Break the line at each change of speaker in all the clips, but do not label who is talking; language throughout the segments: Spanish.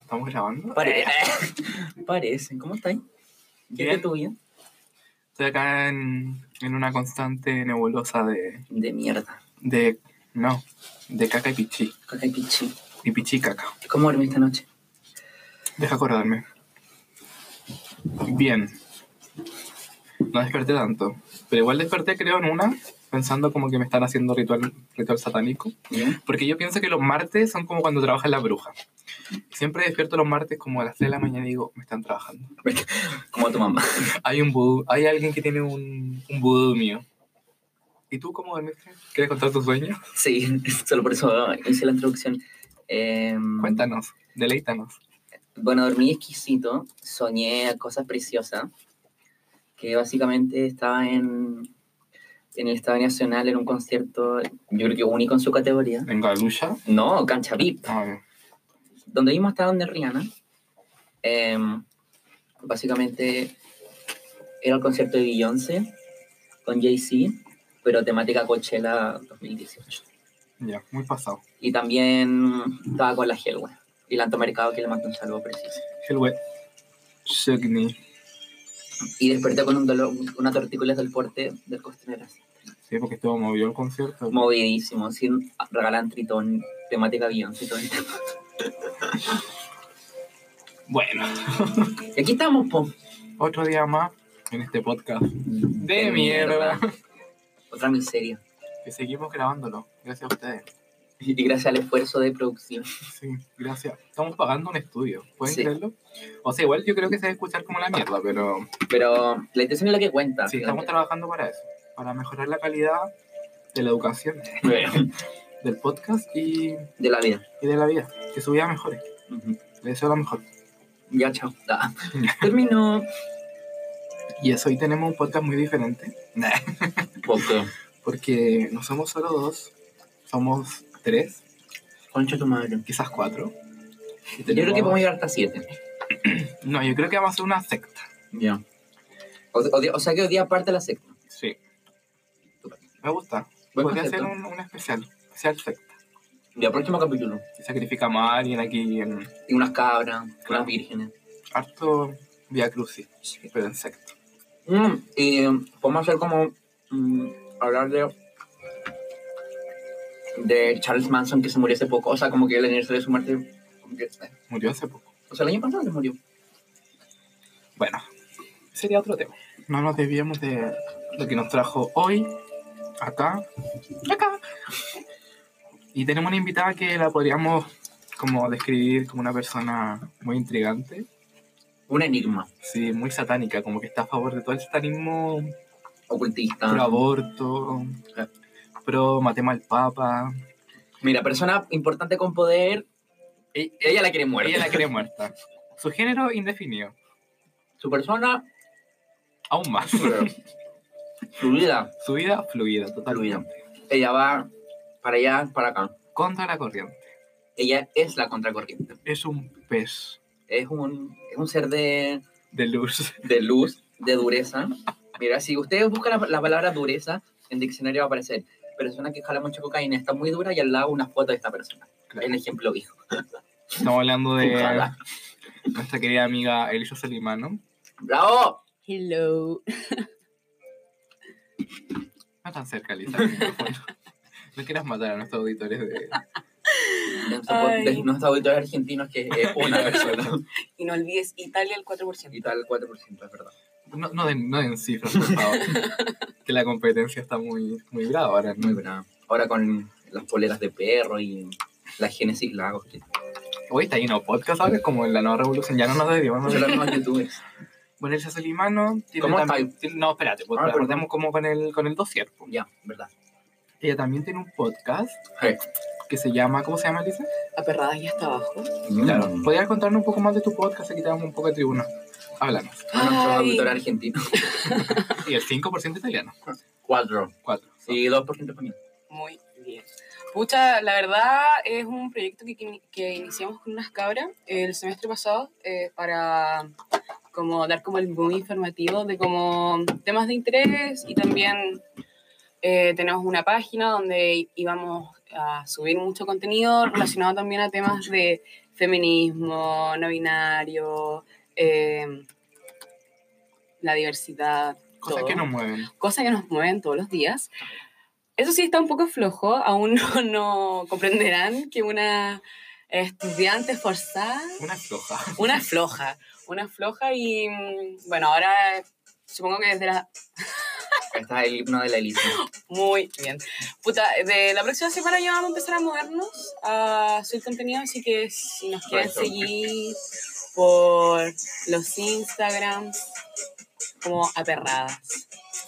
¿Estamos grabando? Eh,
Pare- Parece. ¿Cómo estáis? ¿Qué
Bien.
es de tu vida?
Estoy acá en, en una constante nebulosa de,
De mierda.
de. No, de caca y pichí.
Caca y pichí.
Y pichí y caca.
¿Cómo dormí esta noche?
Deja acordarme. Bien. No desperté tanto. Pero igual desperté, creo, en una, pensando como que me están haciendo ritual, ritual satánico.
¿Ya?
Porque yo pienso que los martes son como cuando trabaja la bruja. Siempre despierto los martes como a las 3 de la mañana y digo, me están trabajando.
¿Cómo tu mamá?
Hay un vudú, hay alguien que tiene un, un vudú mío. ¿Y tú cómo dormiste? ¿Quieres contar tus sueños?
Sí, solo por eso hice la introducción.
Mm.
Em,
Cuéntanos, deleítanos.
Bueno, dormí exquisito, soñé cosas preciosas, que básicamente estaba en, en el Estadio Nacional en un concierto, yo creo que único en su categoría.
En Galusha.
No, cancha VIP,
Ah,
donde vimos hasta donde Rihanna. Em, básicamente era el concierto de Beyoncé con Jay-Z, pero temática Coachella 2018.
ya, muy pasado.
Y también estaba con la Hellway y la Anto Mercado que le mandó un saludo preciso.
Helwe. Shugni.
Y desperté con un dolor, una tortícula del porte del costanero. así,
Sí, porque estuvo movió el concierto.
Movidísimo, sin regalan tritón, temática Beyoncé y todo el tema.
Bueno,
Y aquí estamos, po.
otro día más en este podcast.
De,
mierda.
Otra miseria.
Que seguimos grabándolo. Gracias a ustedes.
Y gracias al esfuerzo de producción.
Sí, gracias. Estamos pagando un estudio, ¿pueden
Sí.
creerlo? O sea, igual yo creo que se debe escuchar como la mierda, pero
Pero la intención es la que cuenta.
sí, estamos trabajando para eso, para mejorar la calidad de la educación, del podcast y,
De la vida.
y de la vida, que su vida mejore.
Ujú.
Le deseo lo mejor.
Ya, chao. Ah. Terminó.
Y eso, hoy tenemos un podcast muy diferente,
Porque,
porque no somos solo dos, somos tres,
concha tu madre.
quizás cuatro. Y
Yo creo
tenemos-
que podemos llegar hasta siete.
No, yo creo que vamos a hacer una secta.
Ya. O, o- o sea que hoy día parte la secta.
Sí. Me gusta.
Buen
Podría ser
concepto.
un, un especial, especial secta.
Ya, próximo capítulo.
Y sacrificamos a alguien aquí en...
Y unas cabras,
Claro.
unas vírgenes.
harto Via Crucis, pero en secto.
Mm, y eh, podemos hacer como mm, hablar de de Charles Manson que se murió hace poco. O sea, como que el aniversario de su muerte. como que- eh,
Murió hace poco.
O sea, el año pasado se murió.
Bueno, sería otro tema. No nos desviemos de lo que nos trajo hoy, acá, acá. Y tenemos una invitada que la podríamos como describir como una persona muy intrigante,
Un enigma
sí, muy satánica, como que está a favor de todo el satanismo
ocultista.
pro aborto, pro matema al papa.
Mira, persona importante con poder.
E-
Ella la quiere muerta.
Ella la cree muerta. Su género indefinido,
Su persona,
aún más.
su vida.
Su vida fluida, totalmente.
Ella va para allá, para acá.
Contra la corriente.
Ella es la contracorriente.
Es un pez
Es un, es un ser de,
de luz.
de luz, de dureza. Mira, si ustedes buscan la, la palabra dureza, en diccionario va a aparecer persona que jala mucha cocaína, está muy dura y al lado una foto de esta persona.
Claro.
El ejemplo hijo.
Estamos hablando de
Ojalá.
nuestra querida amiga Elisha Solimano.
¡Bravo!
Hello.
No tan cerca, Elisa. del micrófono. No quieras matar a nuestros auditores de...
Nuestro pod-
Ay.
de nuestros auditores argentinos que es una persona.
Y no olvides Italia el 4%.
Y tal, 4%, es verdad.
No, no, den, no den cifras, por favor. que la competencia está muy, muy brava ahora. ¿no?
Muy bravo. Ahora con las poleras de perro y la Génesis Lagos. Que
Hoy está lleno de podcast, ¿sabes? Como en la nueva revolución. Ya no nos
no
debíamos.
sé los nuevos youtubers.
Bueno, Elisha Solimano... Tiene
¿Cómo está?
también- tiene- No, espérate. Pues,
Ah, perdón.
partamos como con el, con el dossier. pues.
Ya, verdad.
Ella también tiene un podcast
Sí.
que se llama... ¿Cómo se llama, Elisa?
Aperradas y hasta abajo.
Claro.
Mm.
¿Podrías contarnos un poco más de tu podcast? Aquí te damos un poco de tribuna. Háblanos.
A nuestros
Ay.
auditores argentinos.
Y el 5% italiano.
4.
Cuatro.
Y 2% para mí.
Muy bien. Pucha, la verdad es un proyecto que, que iniciamos con unas cabras el semestre pasado eh, para como dar como el boom informativo de como temas de interés y también eh, tenemos una página donde íbamos a subir mucho contenido relacionado también a temas de feminismo, no binario, eh, la diversidad.
Cosas
todo.
que nos mueven.
Cosas que nos mueven todos los días. Eso sí está un poco flojo, aún no, no comprenderán que una estudiante esforzada,
Una floja.
una floja, una floja y mm, bueno, ahora eh, supongo que desde la
Acá está el himno de la elite.
Muy bien. Puta, de la próxima semana ya vamos a empezar a movernos a subir contenido, así que si nos quieren
Eso.
seguir por los Instagrams como aperradas.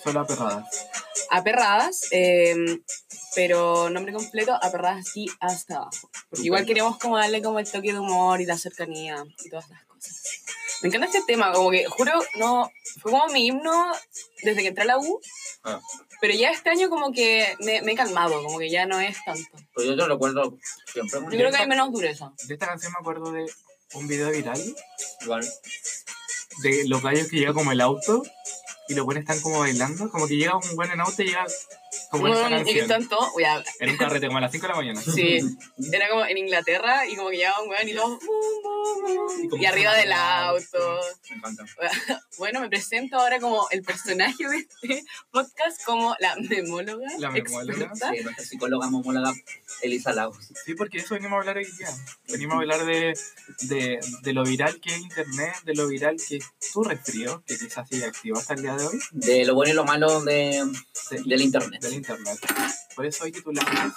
Solo aperrada.
Aperradas, eh, pero nombre completo, aperradas y hasta abajo. Porque igual
Estupendo.
queremos como darle como el toque de humor y la cercanía y todas las cosas. Me encanta este tema, como que juro, no, fue como mi himno desde que entré a la U.
Ah.
Pero ya este año como que me, me he calmado, como que ya no es tanto.
Pues yo te recuerdo siempre.
Yo creo que hay menos dureza.
De esta canción me acuerdo de un video viral
Igual.
de los gallos que llega como el auto y los buenos están como bailando. Como que llega un buen en auto y llega como en esta
Mm, y que
canción.
están todos, uy, ah,
En un carrete como a las 5 de la mañana.
sí, era como en Inglaterra y como que llegaba un weón y todos,
Y como
y arriba
que-
del auto.
Me encanta.
Bueno, me presento ahora como el personaje de este podcast, como la memóloga.
La memóloga.
experta.
Sí, nuestra psicóloga homóloga Elisa Lagos.
Sí, porque eso venimos a hablar hoy día. Venimos a hablar de, de, de lo viral que es internet, de lo viral que es tu resfrío, que quizás sigue activo hasta el día de hoy,
De lo bueno y lo malo de,
de-
del internet.
del internet. Por eso hoy titulamos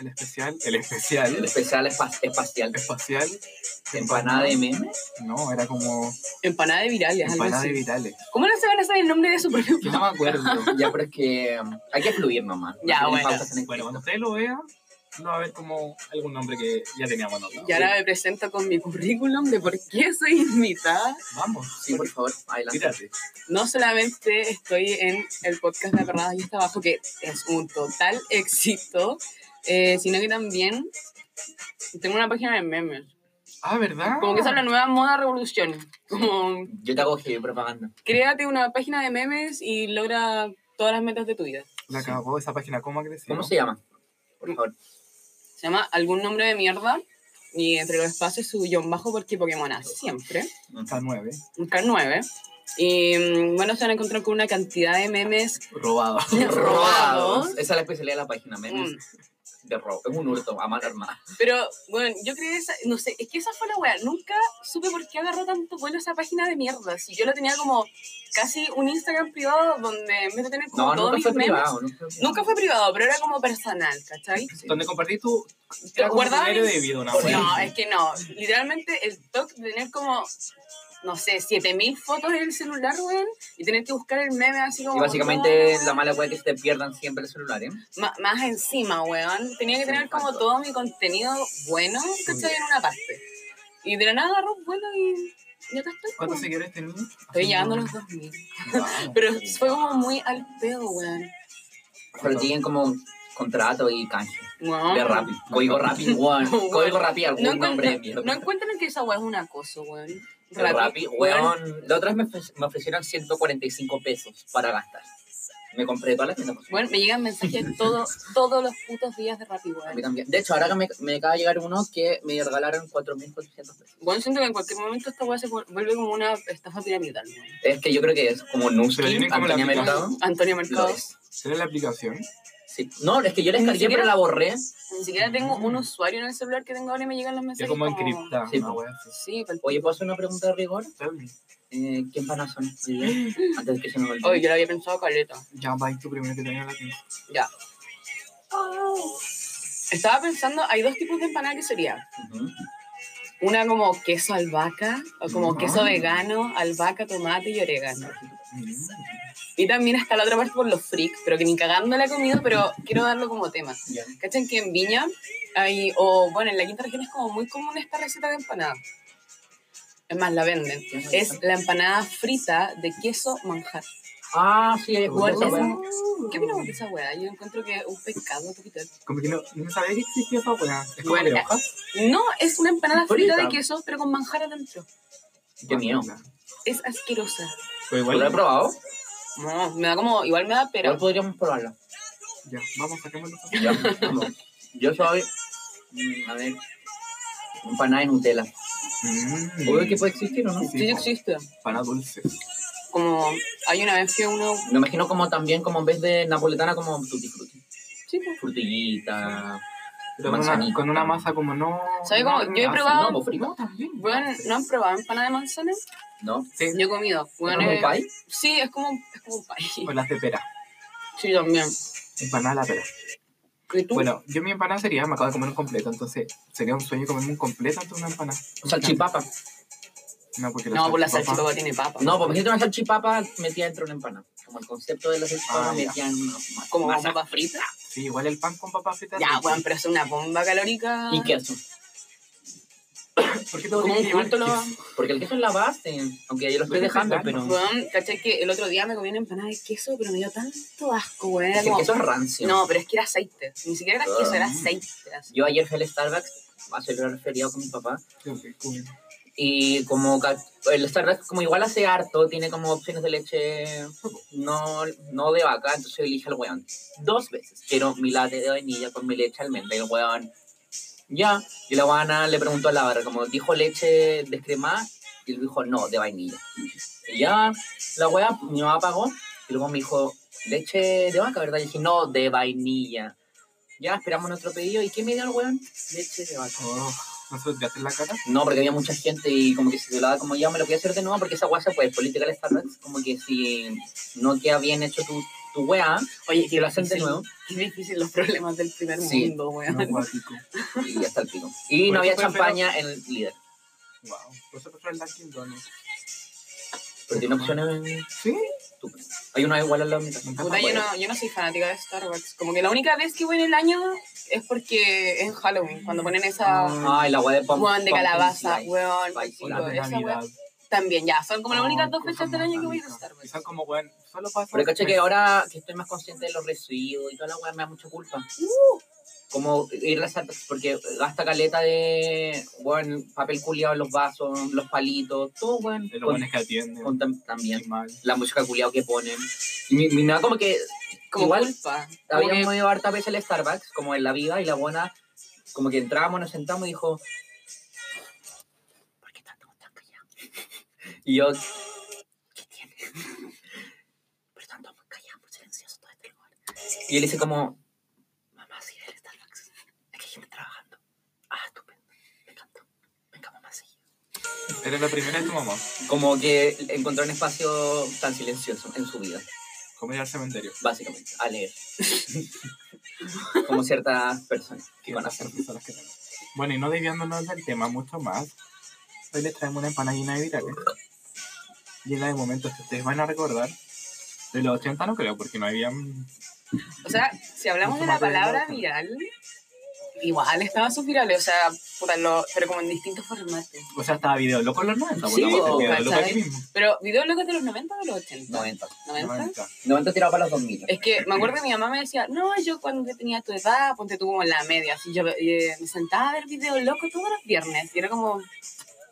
el especial, el especial
El especial espa- espacial.
espacial. Este
Empanada de meme.
No, era como
Empanada de virales, algo
empanada de
así.
virales.
¿Cómo no se van a saber el nombre de su propio
No me acuerdo.
Ya, pero es que um, hay que fluir nomás. No
Ya,
tiene
bueno.
pausas en el
Bueno, cuando
texto.
usted lo vea, lo va a ver como algún nombre que ya teníamos anotado.
Y ahora me presento con mi currículum de por qué soy invitada.
Vamos,
Sí, por favor, adelante.
tírate.
No solamente estoy en el podcast de Aperradas y hasta abajo, que es un total éxito, eh, sino que también tengo una página de memes.
Ah, ¿verdad?
Como que esa es la nueva moda revolución. Como
Yo te hago heavy propaganda.
créate una página de memes y logra todas las metas de tu vida.
La acabó esa página, ¿cómo ha crecido?
¿Cómo se llama? Por favor.
Se llama Algún Nombre de Mierda y entre los espacios su guión bajo porque Pokémon siempre.
Está nueve.
Un K9. Y mm, bueno, se van a encontrar con una cantidad de memes
Robado.
robados.
Esa es la especialidad de la página, memes de robo. Es un hurto, a mano armada.
Mm. Pero, bueno, yo creí esa, no sé, es que esa fue la wea. Nunca supe por qué agarró tanto vuelo esa página de mierda. Si yo la tenía como casi un Instagram privado donde en vez de tener
No,
como todos
nunca
mis
fue,
memes-
privado, nunca fue privado.
Nunca fue privado, pero era como personal, ¿cachai?
Sí.
Donde compartí tu.
¿Te
era como tu
guardabas?
diario de vida, una
No,
wea.
No, es que no. Literalmente el toque de tener como, no sé, 7000 fotos en el celular, weón, y tener que buscar el meme así como.
Y básicamente la mala wea que se te pierdan siempre el celular, ¿eh?
Ma- más encima, weón. Tenía que
Sí,
tener como
faltó.
todo mi contenido bueno, ¿cachai? En una parte. Y de la nada agarró un vuelo y. Ya acá estoy,
¿Cuántos
weón.
seguidores tenías?
Estoy llegando a los 2000.
Wow.
Pero fue como muy al pedo, weón.
Pero tienen como contrato y canje.
Weón.
De Rappi. Código Rappi, weón. Código Rappi, algún
Ah. No, encuent-
nombre de
no,
mierda.
no encuentran que esa weón es un acoso, weón.
De Rappi, weón. La otra vez me, ofre- me ofrecieron 145 pesos para gastar. Me compré todas las tiendas. por supuesto.
Bueno, me llegan mensajes todo, todos los putos días de Rappi,
A mí
weón.
también. De hecho, ahora que me, me acaba de llegar uno que me regalaron 4.400 pesos.
Bueno, siento que en cualquier momento esta weá se vuel- vuelve como una estafa piramidal, weón.
Es que yo creo que es como
Pero
Nuski,
tienen como la
Antonia Mercado.
aplicación.
Antonio
Lo
Mercado.
es.
¿Será la aplicación?
Sí. No, es que yo la
Ni
descargué,
siquiera-
pero la borré.
Ni siquiera tengo
Mm.
un usuario en el celular que tengo ahora y me llegan los
Ya
mensajes.
como encriptada,
Sí,
una
po.
wea así.
Sí, pal-
Oye, ¿puedo hacer una pregunta de rigor?
Sorry.
Eh, ¿Qué empanadas son? Antes de que se me olvide.
Oye, yo lo había pensado caleta.
Ya va y tú primero que tenías la tienda.
Ya. Estaba pensando, hay dos tipos de empanada que sería.
Ujú.
Una como queso albahaca, o como
Mm.
queso vegano, albahaca, tomate y orégano. Y también está la otra parte por los freaks, pero que ni cagando la he comido, pero quiero darlo como tema.
Ya.
¿Cachan que en Viña hay, o bueno, en la quinta región es como muy común esta receta de empanada? Es más, la venden. Es la empanada frita de queso manjar.
Ah, sí, es
Igual
esa
es-
weá.
¿Qué opinamos de esa weá? Yo encuentro que es un pescado, un poquito.
Como que no, no sabía que existía esa wea. Es como ah,
Bueno,
de hojas.
No, es una empanada frita de
Frita.
queso, pero con manjar adentro.
Qué miedo.
Es asquerosa.
Pero
Pues ¿Lo he
igual.
probado?
No, me da como, igual me da
Pero
pero.
podríamos probarla.
Ya, vamos, saquémoslo.
Ya, vamos. Yo soy. mm, A ver. Empanada de Nutella.
Mm.
Obvio que puede existir o no.
Sí.
Sí, existe.
Para dulces.
Como hay una vez que uno.
Me imagino como también, como en vez de napoletana, como tutti frutti.
Sí, pues.
Frutillita.
Pero con una,
Manzanita.
con una masa como no.
¿Sabes
no
cómo? Yo he
hace-
probado-
No, pues frito también.
Bueno, ¿no han probado empanada de manzana?
¿No?
Sí,
Yo he comido. Bueno,
¿Como
eh,
un pie?
Sí, es como, es como un pay.
con las de pera.
Sí, también.
Empanada de la pera.
¿Y tú?
Bueno, yo mi empanada sería, me acabo de comer un completo, entonces sería un sueño comerme un completo antes de una empanada.
Salchipapa.
No, porque
no, por la
salchipapa-
salchipapa tiene papa.
No, porque imagínate una salchipapa metida dentro de una empana. Como el concepto de la salchipapa
Ah, ya.
metida en una
Como
masa.
papa frita.
Sí, igual el pan con papas fritas.
Ya,
rico.
weón, pero es una bomba calórica.
Y queso.
¿Por qué tengo
Como
que
un
llevar
culto lo...
queso?
Porque el queso es la base. Aunque yo lo estoy
Pues,
Pero es
dejando,
vegano.
pero...
Weón, caché que el otro día me comí una empanada de queso, pero me dio tanto asco, weón. Era
Es que el
como-
queso es rancio.
No, pero es que era aceite. Ni siquiera era queso, era
Ah.
aceite. así.
Yo ayer fui al Starbucks a celebrar feriado con mi papá.
Tengo que comer.
Y como ca- el Starbucks, como igual hace harto, tiene como opciones de leche no, no de vaca, entonces yo elige al weón. Dos veces. Quiero mi latte de vainilla con mi leche almendra. Y el weón, ya. Y la weona le preguntó a la barra, como, ¿dijo leche descremada? Y él dijo, no, de vainilla. Y ya, la weá, mi mamá pagó. Y luego me dijo, leche de vaca, ¿verdad? Y dije, no, de vainilla. Ya, esperamos nuestro pedido. ¿Y qué me dio el weón? Leche de vaca.
Oh, ¿No se lo tiraste en la cara?
No, porque había mucha gente y como que se te lo daba como ya me lo voy a hacer de nuevo porque esa guasa pues política de Starbucks como que si no queda bien hecho tu, tu weá
Oye,
y lo hacen de
difícil.
nuevo
Qué difícil los problemas del primer
Sí.
mundo, weón.
No, guático.
y ya está el pico. Y
Por eso
no había
prefiero-
champaña en el líder.
Wow. Por eso prefiero el Dunkin' Donuts.
Pero tiene opciones
¿Sí?
estúpidas. Hay una igual a la mitad.
Puta,
Puta, yo no, yo no soy fanática de Starbucks. Como que la única vez que voy en el año es porque es en Halloween, cuando ponen esa.
Ay, la weá de pom-
Weón de
pumpkin
calabaza,
spice.
weón.
Spice,
pico,
La de
esa
Navidad.
weá. También, ya. Son como las
Ah,
Oh,
únicas dos
cosa
fechas del
más
año que voy a pues.
rica.
Starbucks.
Y son como, bueno, solo pasa.
Pero caché que ahora que estoy más consciente de los residuos y toda la weá me da mucha culpa.
Uh.
Como ir a las artes, porque gasta caleta de, bueno, papel culiado en los vasos, los palitos, todo, weón.
De lo
Con-
bueno es que atienden.
con tam- también
y mal.
la música culiao que ponen. Y mi, mi mamá como que
Como
Igual,
culpa. Como que-
habíamos ido harta veces al Starbucks, como en la vida, y la buena, como que entramos, nos sentamos y dijo, ¿por qué tanto tan callados? Y yo, ¿qué tiene? Pero tanto muy callado, muy silencioso todo este lugar. Y él dice como, mamá, sí, el Starbucks, es que hay gente trabajando. Ah, estupendo, me encantó, vengamos más seguido.
Eres la primera de tu mamá.
Como que encontró un espacio tan silencioso en su vida.
Como ir al cementerio.
básicamente, a leer. Como ciertas personas que
Que
van a
esas personas que tenemos. Bueno, y no desviándonos del tema mucho más, hoy les traemos una empanada llena de virales. Llena de momentos que ustedes van a recordar. De los 80 no creo, porque no habían...
O sea, si hablamos de la
Mucho más
palabra
relevante.
viral, igual estaban sus virales, o sea, puta, lo- pero como en distintos formatos.
O sea, estaba video loco en los 90,
Sí,
volvamos a hacer
po,
video loco
¿cachai?
aquí mismo.
Pero videólogos de los 90 o de los 80?
90.
90.
90.
90 tirado para los 2000.
Es que me acuerdo que mi mamá me decía, no, yo cuando yo tenía tu edad, ponte tú como en la media, así yo eh, me sentaba a ver videos locos todos los viernes, y era como,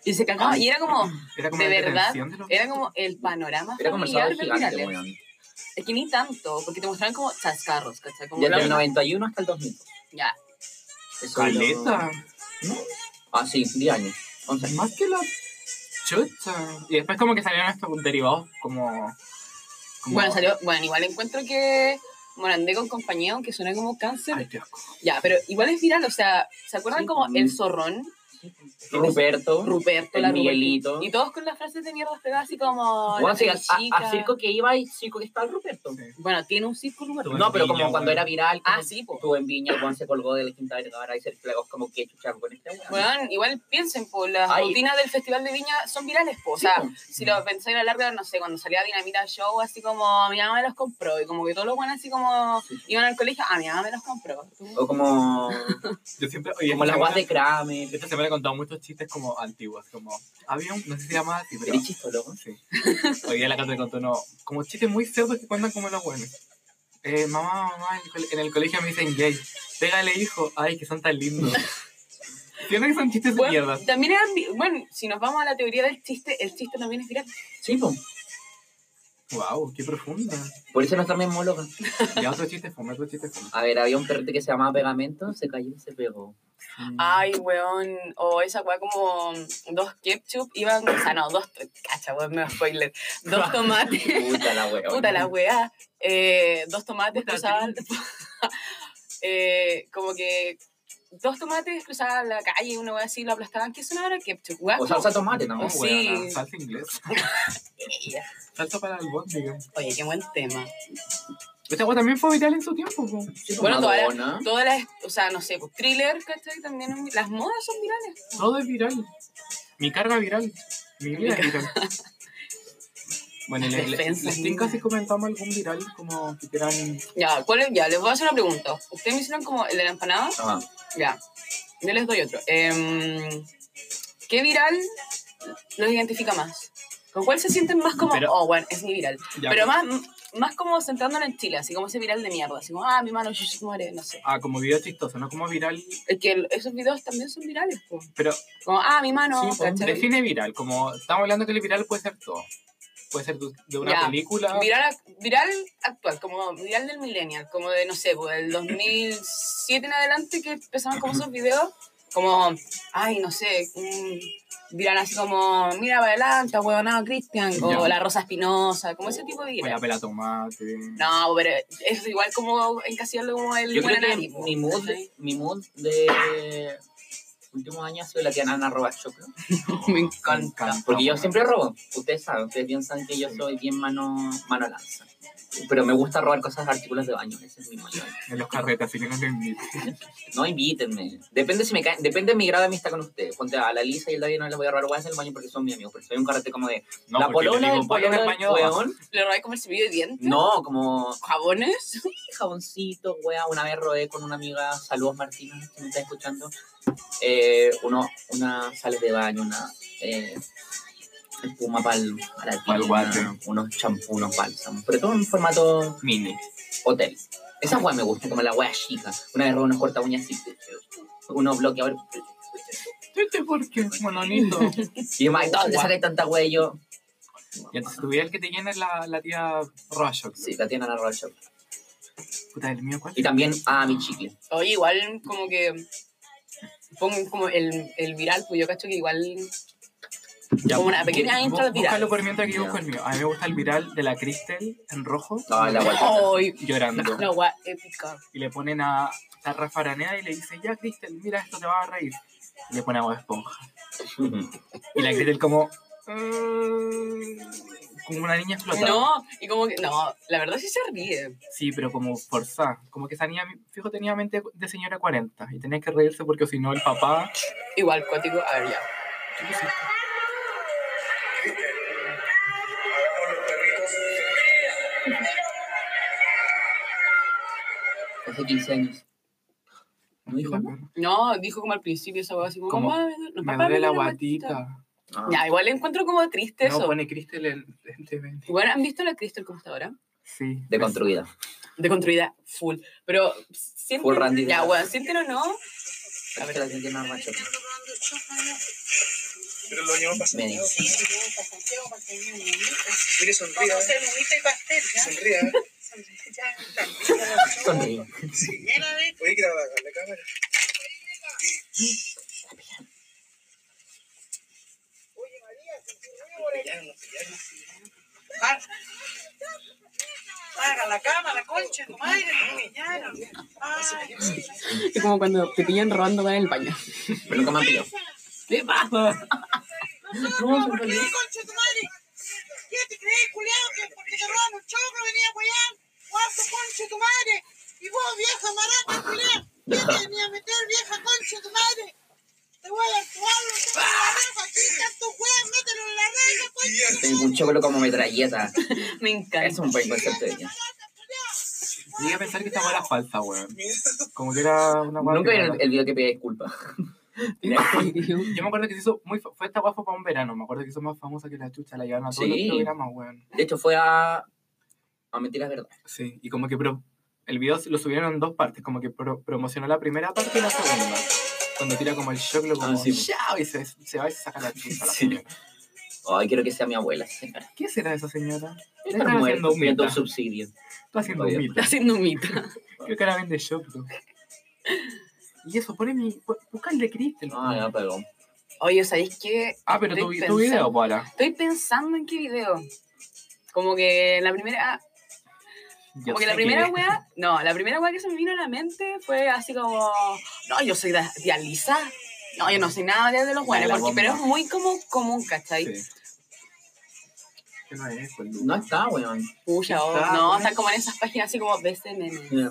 y se cagaba, y era como,
Era como
De
la
verdad,
entretención de los...
era como el panorama
Era como el sábado
familiar eh. de
gigante,
virales.
weón.
Es que ni tanto, porque te mostraban como chascarros, ¿cachai? Como
Desde
lo-
el 91 hasta el 2000.
ya,
Eso
Caleta,
lo- ¿No? Ah, sí, 10 años. 11 años.
más que la chucha. Y después como que salieron estos derivados como... como-
Bueno, salió, bueno, igual encuentro que Morandé con compañía, aunque suena como cáncer,
Ay, qué asco.
ya, pero igual es viral, o sea, ¿se acuerdan
Sí,
como
mm.
El Zorrón,
Ruperto.
Ruperto,
El
la
Miguelito.
Ruperti- Y todos con las frases de mierda pegadas así como...
Bueno,
la
sí, a,
chica.
a- a circo que iba y circo que estaba el Ruperto.
Sí.
Bueno, tiene un círculo
Tú-
Ruperto.
No, pero
Viña,
como cuando
weón.
era viral.
Ah,
como
sí, po.
Estuvo en Viña, Juan se colgó de la quinta vergara y se flagó como que chuchar con este weón.
Bueno, igual piensen, pues las
Ay.
rutinas del Festival de Viña son virales, po. O
Sí,
sea,
po.
si lo pensáis a la larga, no sé, cuando salía Dinamita Show, así como mi mamá me los compró, y como que todos los buenos así como
Sí.
iban al colegio, ah, mi mamá me los compró.
O como,
Yo siempre... oye,
como
esta
las guas
semana-
de Kramer.
Esta semana he contado muchos chistes como antiguos, como había un, no sé si se llamaba así, pero
Eres chistólogo.
sí. Hoy día la Cata me contó no, como chistes muy cerdos que cuentan como los buenos. Eh, mamá, mamá, en el, cole- en el colegio me dicen gay. Pégale, hijo. Ay, que son tan lindos. Siento que son chistes de mierda.
Bueno, también eran, vi- bueno, si nos vamos a la teoría del chiste, el chiste también es viral.
Sí, po.
Wow, qué profunda.
Por eso no está memóloga.
Ya otro chiste fome, otro chiste fome.
A ver, había un perrito que se llamaba Pegamento, se cayó y se pegó.
Ay, weón. O esa weá como dos ketchup iban. O sea, no, dos. Cacha, weón, me da spoiler. Dos tomates.
Puta la weón.
Puta la weá. Eh, dos tomates
Puta,
cruzaban. eh, como que. Dos tomates cruzaban la calle, una weá así, lo aplastaban. ¿Qué sonaba ketchup? Weá,
O salsa tomate, ¿no?
No,
Sí.
weona, salsa inglesa.
como-
Salsa para el bóndiga.
Oye, qué buen tema.
Esta agua también fue viral en su tiempo, po.
Bueno, todas
Madonna.
las, todas las, o sea, no sé, pues, thriller, ¿cachai? También es- las modas son virales.
Todo es viral. Mi carga viral. Mi vida es viral. Bueno, y le- le-
Defensa.
les tinca si comentamos algún viral como que quieran.
Ya, ¿cuál es? Ya, les voy a hacer una pregunta. Ustedes me hicieron como el de la empanada.
Ajá.
Ya, yo les doy otro. Em, ¿Qué viral los identifica más? ¿Con cuál se sienten más como,
Pero-
oh, bueno, es mi viral?
Ya, pues.
Pero más, más como centrándonos en Chile, así como ese viral de mierda, así como, ah, mi mano, yo, yo, muere, no sé.
Ah, como video chistoso, no como viral.
Es que el- esos videos también son virales, po.
Pero
como, ah, mi mano,
sí, po,
¿cachai?
define viral. Como estamos hablando que el viral puede ser todo. Puede ser du- de una
Ya.
película.
Viral, ac- viral actual, como viral del millennial, como de, no sé, pues, del 2007 en adelante que empezaron como esos videos, como, ay, no sé, mm, viral así como, mira para adelante, huevonado Cristian,
Ya.
o La Rosa Espinosa, como ese tipo de
Con la
viral.
pela tomate.
No, pero es igual como encasillarlo como el
Yo creo que
Buenanari, po,
mi mood,
¿cachai?
mi mood de últimos años ha sido la que Nana roba choclo.
Me encanta.
Porque yo
weona.
siempre robo. Ustedes saben, ustedes piensan que yo soy bien mano, mano lanza. Pero me gusta robar cosas, artículos de baño. Ese es mi mayor.
En los carretas, así que no te invito.
No invítenme. Depende si me caen, depende de mi grado de amistad con ustedes. Ponte a la Lisa y el David no les voy a robar guayas en el baño porque son mis amigos. Pero soy un carrete como de
No,
la
porque yo
polola
digo, vayan
del polola
al
del
baño de abajo.
weón.
¿Le robáis como el cepillo de dientes?
No, como
¿Jabones?
jaboncito, wea, una vez rodé con una amiga, saludos Martina, que me está escuchando, eh, uno, una sales de baño, una eh, espuma para la
Pa'l
tina,
water.
unos champús, unos bálsamos, pero todo en formato
Mini.
hotel. Esa wea me gusta, como la wea chica, una vez rodé unos corta uñas así, unos bloqueadores,
Este porque, mononito.
y yo, "Ay, ¿dónde sale tanta wea? Y yo,
Y entonces tu viral que te llena es la, la tía Roshok.
sí, la tienen a la shop.
Puta, el mío, ¿cuál?
Y también, ah, mi chicle.
Oye, igual como que pongo como el, el viral, pues yo cacho que igual
Ya,
como una
bu-
pequeña
bu-
intro al viral.
Búscalo por mientras que yo
Ya.
busco el mío. A mí me gusta el viral de la Cristel en rojo.
No, la wea.
¡Ay!
Llorando.
La agua épica.
Y le ponen a, a Rafa Araneda y le dice, ya Cristel, mira esto, te vas a reír. Y le pone agua de esponja. Y la Cristel como... "Mm", como una niña explotada.
No, y como que, no, la verdad sí se ríe.
Sí, pero como forzada. Como que esa niña, fijo, tenía mente de señora 40. Y tenía que reírse porque si no el papá...
Igual cuático, a ver ya.
¿Qué es esto?
Hace 15 años. ¿No dijo nada?
No, dijo como al principio esa hueá así como,
Como,
mamá, no,
Me
papá,
duele la
duele
guatita.
Ah.
Ya, igual le encuentro como triste
No
eso.
pone Cristel en... en-
Igual han visto la Crystal como está ahora,
Sí.
Deconstruida.
deconstruida full. Pero sienten,
Full Randy
ya,
Rhoads.
weón, sienten o no,
A ver, la gente no arma choque.
Pero lo llevo para
Me dijo.
Mire, sonríe. eh,
Vamos a hacer humita y pastel, ¿ya?
Sonríe. ¿eh?
Ya,
Sonreí.
Voy a grabar con la cámara. Pillaron, pillaron.
Para la cama, la concha, comadre, me pillaron. Ay,
es como cuando te pillan robando weá en el baño.
Pero nunca me han pillado.
¿Qué pasa?
No,
¿por qué, concha, tu madre? ¿Qué te crees, culiao, que porque te roban un choclo venía a huear? Guapo, concha, tu madre. Y vos, vieja marata, culiao, ¿qué te venía a meter, vieja concha, tu madre? Te voy a actuar, lo tengo en la reja, aquí están tus weas, mételo en la reja, concha.
Tengo un chocolo como metralleta.
Me
Es
encanta.
un buen concepto de ella.
Llegué a pensar que esta hueá era falsa, weón.
Mira,
Como que era una hueá
Nunca
que
vi
no-
el, el video que pedía disculpas.
Yo me acuerdo que se hizo muy. fa- Fue esta guapa para un verano. Me acuerdo que hizo más famosa que la chucha. La llevaron a todos
Sí.
los programas, weón.
De hecho, fue a. A mentiras verdad.
Sí, y como que. pro- el video se lo subieron en dos partes. Como que pro- promocionó la primera parte y la segunda. Cuando tira como el shock, lo como.
Ah, sí.
"Chao", Y se, se va y se saca la chucha. la
Sí.
señora.
Ay, quiero que sea mi abuela, esa señora.
¿Qué será esa señora?
Está
Está haciendo
muerta, pidiendo
humita.
un subsidio.
Está haciendo
Obvio.
humita.
Está haciendo un mito.
Creo que ahora vende Shoplo. Y eso, pone mi. bu- Busca el de Crystal.
No, ya pegó.
Oye, ¿sabéis qué?
Ah, pero tu,
Estoy
vi- tu video,
pensando.
para.
Estoy pensando en qué video. Como que la primera. Como que la primera wea. No, la primera wea que se me vino a la mente fue así como. No, yo soy de, de Alisa. No, yo no soy nada de, de los
De
weones.
la
porque-
bomba.
Pero es muy como común, ¿cachai?
¿Qué este. no es eso, Lu?
No está, weón.
Pucha, oh,
Está,
no,
pues.
están como en esas páginas así como BCMM.
Mira,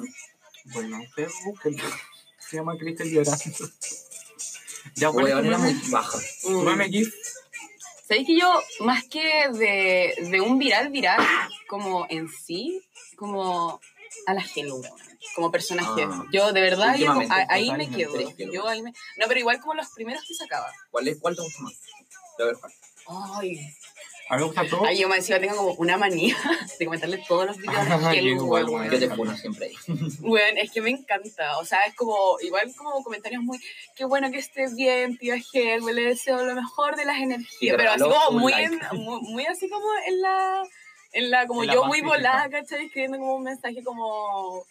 Bueno, ustedes busquen. Se llama Crystal llorando. Ya, ¿cuál es
Weón
tu
era muy
meme?
baja.
Tu
Mm.
meme aquí.
¿Sabéis que yo, más que de, de un viral viral, como en sí, como a la Hello, weón, como personaje.
Ah.
yo, de verdad, yo,
Últimamente,
a- ahí me
totalmente,
quedo.
es que lo-
Yo ahí me... No, pero igual como los primeros que sacaba.
¿Cuál, es, ¿Cuál te gusta más? Lo ver, Juan.
Ay,
A mí me gusta todo.
ay, yo me decía, tengo como una manía de comentarle todos los videos a la
Yo
Hello,
igual,
weón.
Yo te funo siempre ahí.
Weón, es que me encanta. O sea, es como, igual como comentarios muy, qué bueno que estés bien, tía Gel, le deseo lo mejor de las
Y te
energías. Pero así
regaló
como
un
muy,
like.
en- mu- muy así como en la, en la como
En la
yo
más
muy
crítica.
volada, ¿cachai? Escribiendo como un mensaje como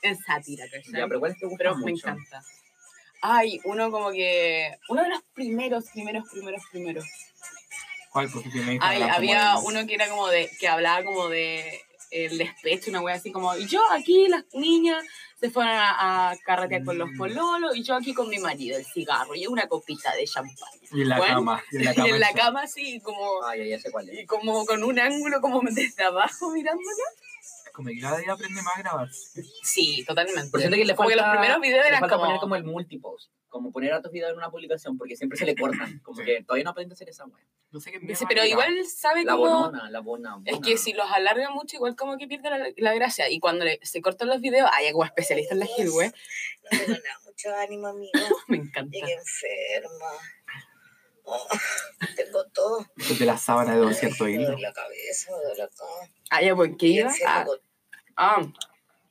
en sátira, ¿cachai?
Ya, pero ¿cuál te gusta
pero
mucho?
me encanta. Ay, uno como que, uno de los primeros, primeros, primeros, primeros.
¿Cuál? Porque tiene
Ay,
Instagram como
había
el-
uno que era como de, que hablaba como de el despecho, una wea así como, y yo aquí, las niñas se fueron a, a carretear con los
Mm.
pololos, y yo aquí con mi marido, el cigarro, y una copita de champaña.
Y en la
Bueno,
cama. Y en la
Y
cama.
en la
eso.
cama así, como,
Ay, ay, ya sé cuál es.
y como con un ángulo como desde abajo mirándola.
Como que cada día aprende más a grabar.
Sí, totalmente.
Por cierto que le
como que los
falta-
primeros videos
Le
eran
falta
como,
poner como el multipost, como poner a tus videos en una publicación, porque siempre se le cortan, como
Sí.
que todavía no aprende a hacer esa wea.
No sé qué
Sí,
mierda
pero
era.
igual sabe
La
como...
bonona, la bona,
Es
bona.
que si los alarga mucho, igual como que pierde la, la gracia. Y cuando le- se cortan los videos, hay algo especialista en la Gil, güey.
Pero nada, mucho ánimo, amigo.
Me encanta.
Llegué enferma. Oh, tengo todo.
De la sábana de ¿eh? 200
Me
hilos.
duele la cabeza, me duele acá.
Ah, ya, ¿por qué
Y
iba?
enfermo
Ah,
con
ah,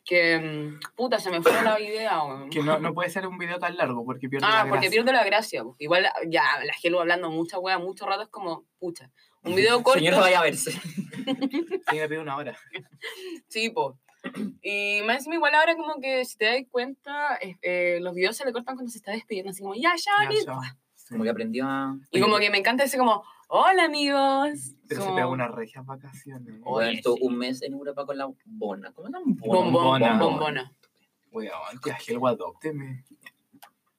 que. mm, puta, se me fue la idea, weón.
Que no, no puede ser un video tan largo porque pierde la
Ah, porque
gracia.
pierdo la gracia. pues. Igual, ya, la Gelu hablando mucha wea, mucho rato es como, puta. Un video corto.
Señor, vaya a verse.
Tiene que pedir una hora.
Sí, po. Y más encima, igual ahora, como que si te das cuenta, es- eh, los videos se le cortan cuando se está despidiendo, así como, ya, ya,
Ya,
ni-
ya.
Como que aprendió a...
Y como que me encanta ese, como, hola amigos.
Pero se
como-
pega unas regias vacaciones.
Bueno,
Oye,
estuvo
sí.
un mes en Europa con la bona. ¿Cómo se llama?
Bombón,
Bombona.
bombona.
Weón, que ágil, adópteme.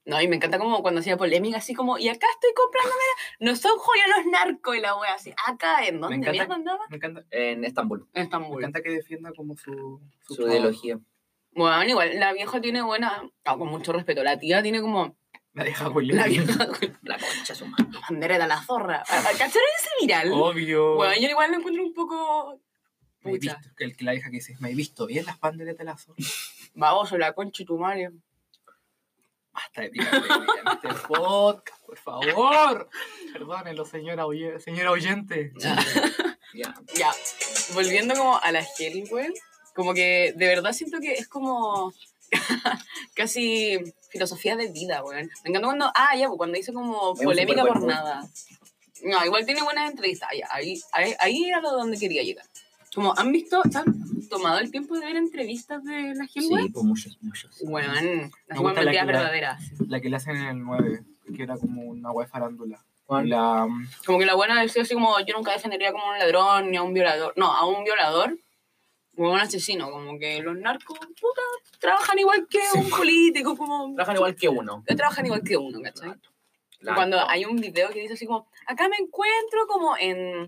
No, y me encanta como cuando hacía polémica, así como, y acá estoy comprándome, la- no son joyas los narcos y la wea, así, acá, ¿en dónde?
encanta-
mierda andaba?
Me encanta,
En Estambul,
En
me
Estambul.
encanta que defienda como su...
su
trabajo.
ideología.
Bueno, igual, la vieja tiene buena, ah, con mucho respeto, la tía tiene como,
La deja con
la vieja,
La concha su madre.
bandera de la zorra. Ah, ah, ¿Cacharon ese viral?
Obvio.
Bueno, yo igual lo encuentro un poco,
me he
pucha.
visto, que el que la deja que dice, me he visto bien las banderas de la zona.
baboso, la concha y tu madre.
Basta de tirarle mierda en este podcast, por favor. Perdónenlo, señora, oye- señora oyente.
Ya.
Ya, volviendo como a la Heli, güey, como que de verdad siento que es como casi filosofía de vida, güey. Me encanta cuando, ah, ya, pues, cuando dice como
un
polémica por
supercuerpo.
nada. No, igual tiene buenas entrevistas, Ah, ya, ahí, ahí, ahí era lo donde quería llegar. Como, ¿han visto, se han tomado el tiempo de ver entrevistas de la Heli, güey?
Sí, pues muchos, muchos.
Güey, las
gusta la
mentiras
que la-
verdaderas.
La que le hacen en el 9, que era como una guay farándula.
¿Cuál?
La, mm,
Como que la buena decía así como, yo nunca defendería como a un ladrón ni a un violador. No, a un violador o a un asesino. Como que los narcos, puta, trabajan igual que un político, como...
Trabajan igual que uno.
que Trabajan igual que uno, ¿cachai?
La-
Cuando hay un video que dice así como, acá me encuentro como en...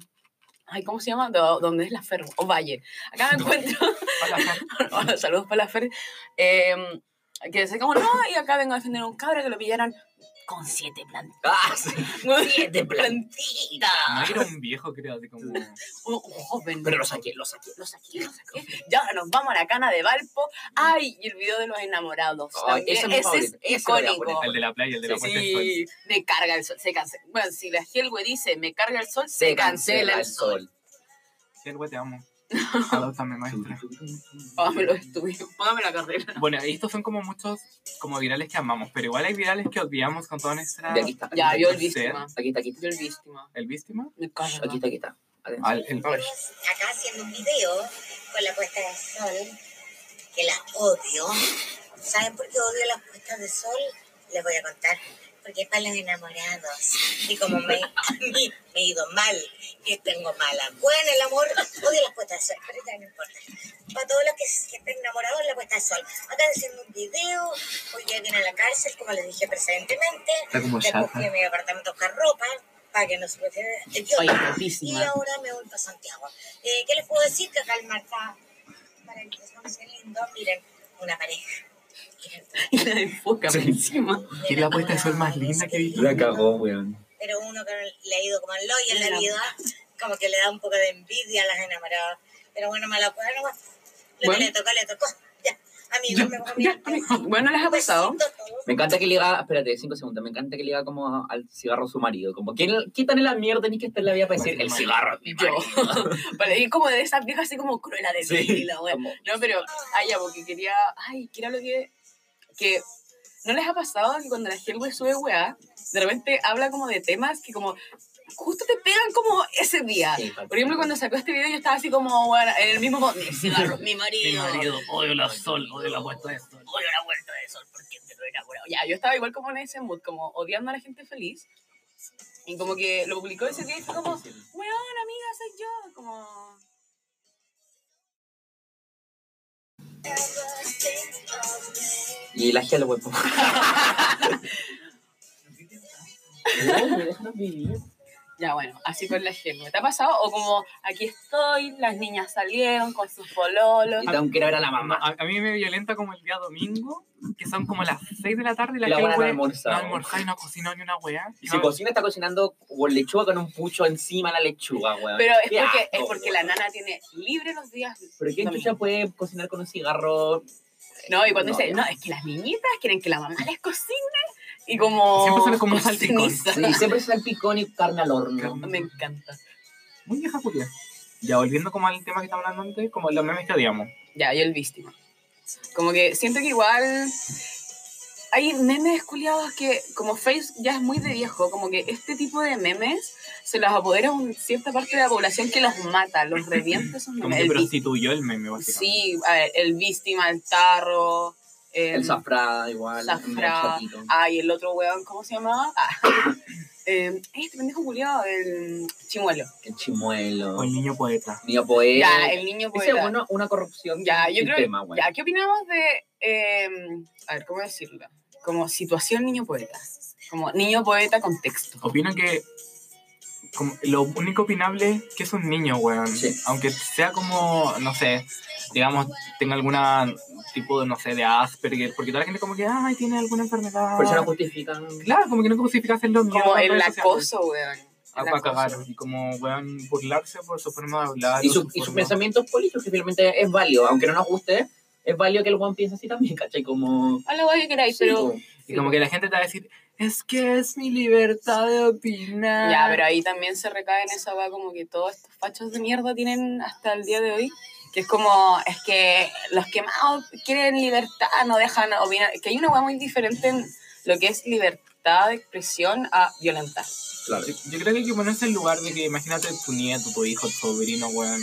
Ay, ¿cómo se llama? Do- ¿Dónde es la Fer? O Valle. Acá me encuentro... Hola, saludos para la Fer. Eh, que dice como, no, y acá vengo a defender a un cabra que lo pillaron con siete plantas.
¡Ah, sí! ¡Siete plantas!
plantitas!
no era un viejo, creo, así como...
un, un joven.
Pero lo saqué, lo saqué.
los aquí, los aquí. Ya nos vamos a la cana de Valpo. Ay, y el video de los enamorados.
Ay,
también.
ese es mi favorito,
ese es
ese lo voy a
icónico.
poner.
El de la playa, el de la puerta del sol.
Sí, me carga el sol, se cancela. Bueno, si la Helwe dice me carga el sol, se, cancela, el sol.
Sí, el güey, te amo. Adóptame, maestra.
Págame los estudios, págame la carrera.
Bueno, y estos son como muchos como virales que amamos, pero igual hay virales que odiamos con toda nuestra...
De aquí está.
Ya, yo
yo
el víctima.
Aquí está, aquí está.
Yo el víctima.
¿El víctima?
Me callo.
Aquí está, aquí está. Atención.
Al, el Rush.
acá haciendo un video con la puesta de sol, que la odio. ¿Saben por qué odio las puestas de sol? Les voy a contar. Porque es para los enamorados. Y como me, a mí me he ido mal y tengo mala buena el amor, odio las puestas de sol. Pero ya no importa. Para todos los que, que estén enamorados, la puesta de sol. Acá haciendo un video. Hoy día viene a la cárcel, como les dije precedentemente.
Está como
Ya
chafa.
cogí a mi departamento a buscar ropa para que no se me quede idiota.
Oye,
Y
guapísima.
ahora me voy para Santiago. Eh, ¿Qué les puedo decir? Que acá el mar está maravilloso, qué lindo. Miren, una pareja. Miren,
Y la enfoca por
Sí.
encima.
Y la puesta de sol más linda que he visto.
La cagó, weón.
Pero uno que le ha ido como al hoyo en
Mira.
la vida, como que le da un poco de envidia a las enamoradas. Pero bueno, me la puedo nomás. Lo
Bueno.
que le tocó, le tocó. Ya, amigos, me voy a
Ya, amigo. bueno, les ha pasado.
Me encanta que le diga, espérate, cinco segundos, me encanta que le diga como a- al cigarro su marido, como, ¿quién, quitan la mierda ni que está en la vida para decir, el cigarro es mi
Yo.
marido?
Vale, y como de esas viejas así como cruela de
Sí.
sí. la wea.
Como-
No, pero, ay, ya, porque quería, ay, que era lo que, que, ¿no les ha pasado que cuando la gente sube weá, de repente habla como de temas que como, justo te pegan como ese día?
Sí,
Por ejemplo, cuando sacó este video yo estaba así como, bueno, en el mismo con, mi cigarro, mi marido,
odio la sol, odio la puesta de sol.
odio la vuelta de sol, porque me lo he enamorado. Ya, yo estaba igual como en ese mood, como odiando a la gente feliz. Y como que lo publicó ese día y fue como, weón, amiga, soy yo, como...
Y la gel, weón. No, me dejan vivir.
Ya, bueno, así con la gente. ¿Te ha pasado? O como, aquí estoy, las niñas salieron con sus pololos.
Y tengo que ir a ver a la
No,
mamá.
a, a mí me violenta como el día domingo, que son como las 6 de la tarde y la,
Y la
gente
buena no
puede-
ha almorzado.
no ha almorzado y no ha cocinado ni una weá.
Y
Y
si
no-
cocina, está cocinando con lechuga con un pucho encima de la lechuga, weón.
Pero es
Qué
porque,
asco,
es porque la
weón.
nana tiene libre los días.
¿Pero quién
domingos.
chucha puede cocinar con un cigarro?
No, y cuando
No,
dice,
ya.
no, es que las niñitas quieren que la mamá les cocine. Y como.
Siempre suena como un salpicón.
ceniza.
Sí, siempre es salpicón y carne al horno.
Carne.
Me encanta.
Muy vieja Julia. Ya volviendo como al tema que estábamos hablando antes, como los memes que odiamos.
Ya, yo el víctima. Como que siento que igual. Hay memes culiados que, como Face ya es muy de viejo, como que este tipo de memes se los apodera una cierta parte de la población que los mata, los revienta esos
Como
memes.
que
El víctima.
prostituyó el meme, básicamente.
Sí, a ver, el víctima, el tarro, el,
El safra, igual.
Zafra.
el chatito.
Ay, el otro weón, ¿cómo se llamaba? Ah. Eh, este pendejo culiado, el chimuelo.
El chimuelo.
O el niño poeta.
Niño poeta.
Ya, el niño
Eh, Ese es
poeta.
uno- una corrupción.
Ya,
del
yo creo.
sistema, weón.
ya, ¿qué opinamos de. eh, a ver, ¿cómo decirlo? Como situación niño poeta. Como niño poeta contexto.
Opino que como, lo único opinable es que es un niño, weón.
Sí.
Aunque sea como, no sé, digamos, tenga alguna tipo de, no sé, de Asperger, porque toda la gente como que, ay, tiene alguna enfermedad.
Por eso no justifican.
Claro, como que no justifica hacerlo
Como el acoso, weón. El
Para ah, cagar.
acoso.
Y como, weón, burlarse por su forma de hablar.
Y,
o
su- y sus
forma-
pensamientos políticos, que finalmente es válido, aunque no nos guste, es válido que el guan piense así también, ¿cachai? Como.
A la weá que queráis, pero.
Sí,
Y como que la gente te va a decir, es que es mi libertad de opinar.
Ya, pero ahí también se recae en esa va como que todos estos fachos de mierda tienen hasta el día de hoy, que es como, es que los que más op- quieren libertad no dejan opinar, que hay una va muy diferente en lo que es libertad de expresión a violentar.
claro.
Yo- Yo creo que hay que ponerse en lugar de que, imagínate, tu nieto, tu hijo, tu sobrino, weón,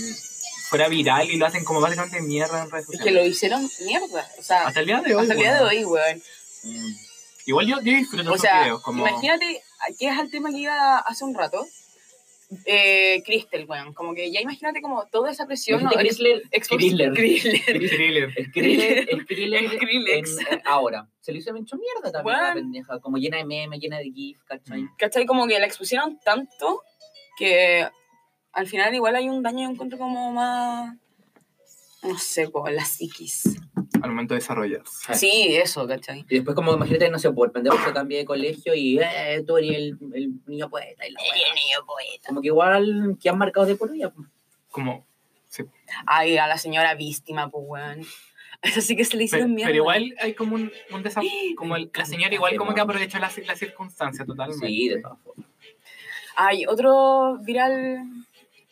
fuera viral y lo hacen como básicamente mierda en redes
Es que lo
sociales.
hicieron mierda, o sea,
Hasta el día de hoy.
hasta el día de
weón.
hoy, weón.
Mm.
Igual yo, yo disfruto
O
esos
sea,
videos. Como,
imagínate, aquí es el tema que iba hace un rato, eh, Crystal, weón, como que ya imagínate como toda esa presión...
Imagínate
no,
Chrysler-
expo-
Chrysler.
Chrysler.
Thriller.
Skrillex- Skrillex
Skrillex.
en- en- ahora. Se le hizo mucho mierda también a la
Weón.
pendeja, como llena de memes, llena de gif, ¿cachai?
¿cachai? Como que la expusieron tanto que al final igual hay un daño, yo encuentro como más, no sé, como la psiquis.
Al momento de desarrollarse.
Ah.
Sí, eso, ¿cachai?
Y después, como imagínate, no sé, por el pendejo se cambie de colegio y eh, tú eres el, el niño poeta. Y la weá.
niño poeta.
como que igual que han marcado de por vida.
Como,
Ay, a la señora víctima, pues, weón. Eso sí que se le
pero,
hicieron mierda.
pero igual hay como un, un desafío. Como el- la señora igual
Sí,
como que
weón.
aprovechó la, ci- la circunstancia totalmente.
Sí, de todas formas.
Ay, otro viral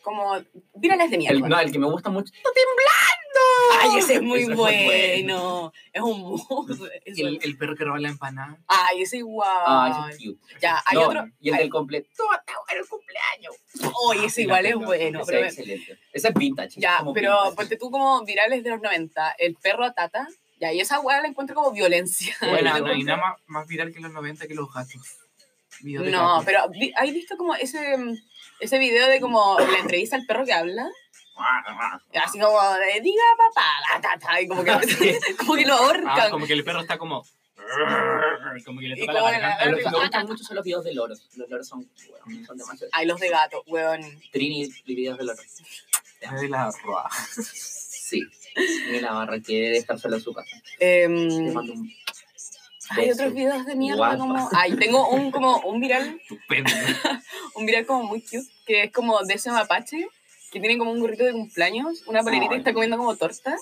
como virales de
El-
mierda.
no, el que me gusta mucho.
Ay, ese es muy
Ese es muy
bueno. Es un muse.
Y el, el perro que roba la empanada.
Ay, ese igual.
Ah, ese es cute.
ya, hay
No,
otro.
Y el
hay-
del completo. el cumpleaños!
Oye, ese
Ah,
igual
mira,
es
mira,
bueno.
Ese
Pero,
es excelente. Ese es vintage. es
ya,
como
pero pues,
vintage.
ponte tú como virales de los 90. El perro a tata. Ya, y esa weá la encuentro como violencia.
Bueno,
Bueno,
no hay nada más, más viral que los 90 que los gatos. Video de
No,
gatos.
pero vi- ¿hay visto como ese, mm, ese video de como la entrevista al perro que habla? Así como, de, diga papá, la, ta, ta", y como que, como que lo
Ah,
ahorcan.
como que el perro está como. Como que le
Y
toca
como
la
la-
garganta.
Lo que me gustan mucho son los videos de loros. Los loros son,
Mm.
bueno, son demasiado.
Ay, los de gato, weón.
Trini, videos de loros.
de la roa.
Sí. Mira la barra que debe estar solo en su casa. Te
Em,
mando un
hay
beso.
otros videos de mierda
Guapa.
como... Ay, tengo un, como, un viral,
Estupendo.
un viral como muy cute, que es como de ese mapache, que tiene como un gorrito de cumpleaños, una palerita y
Ay.
está comiendo como torta.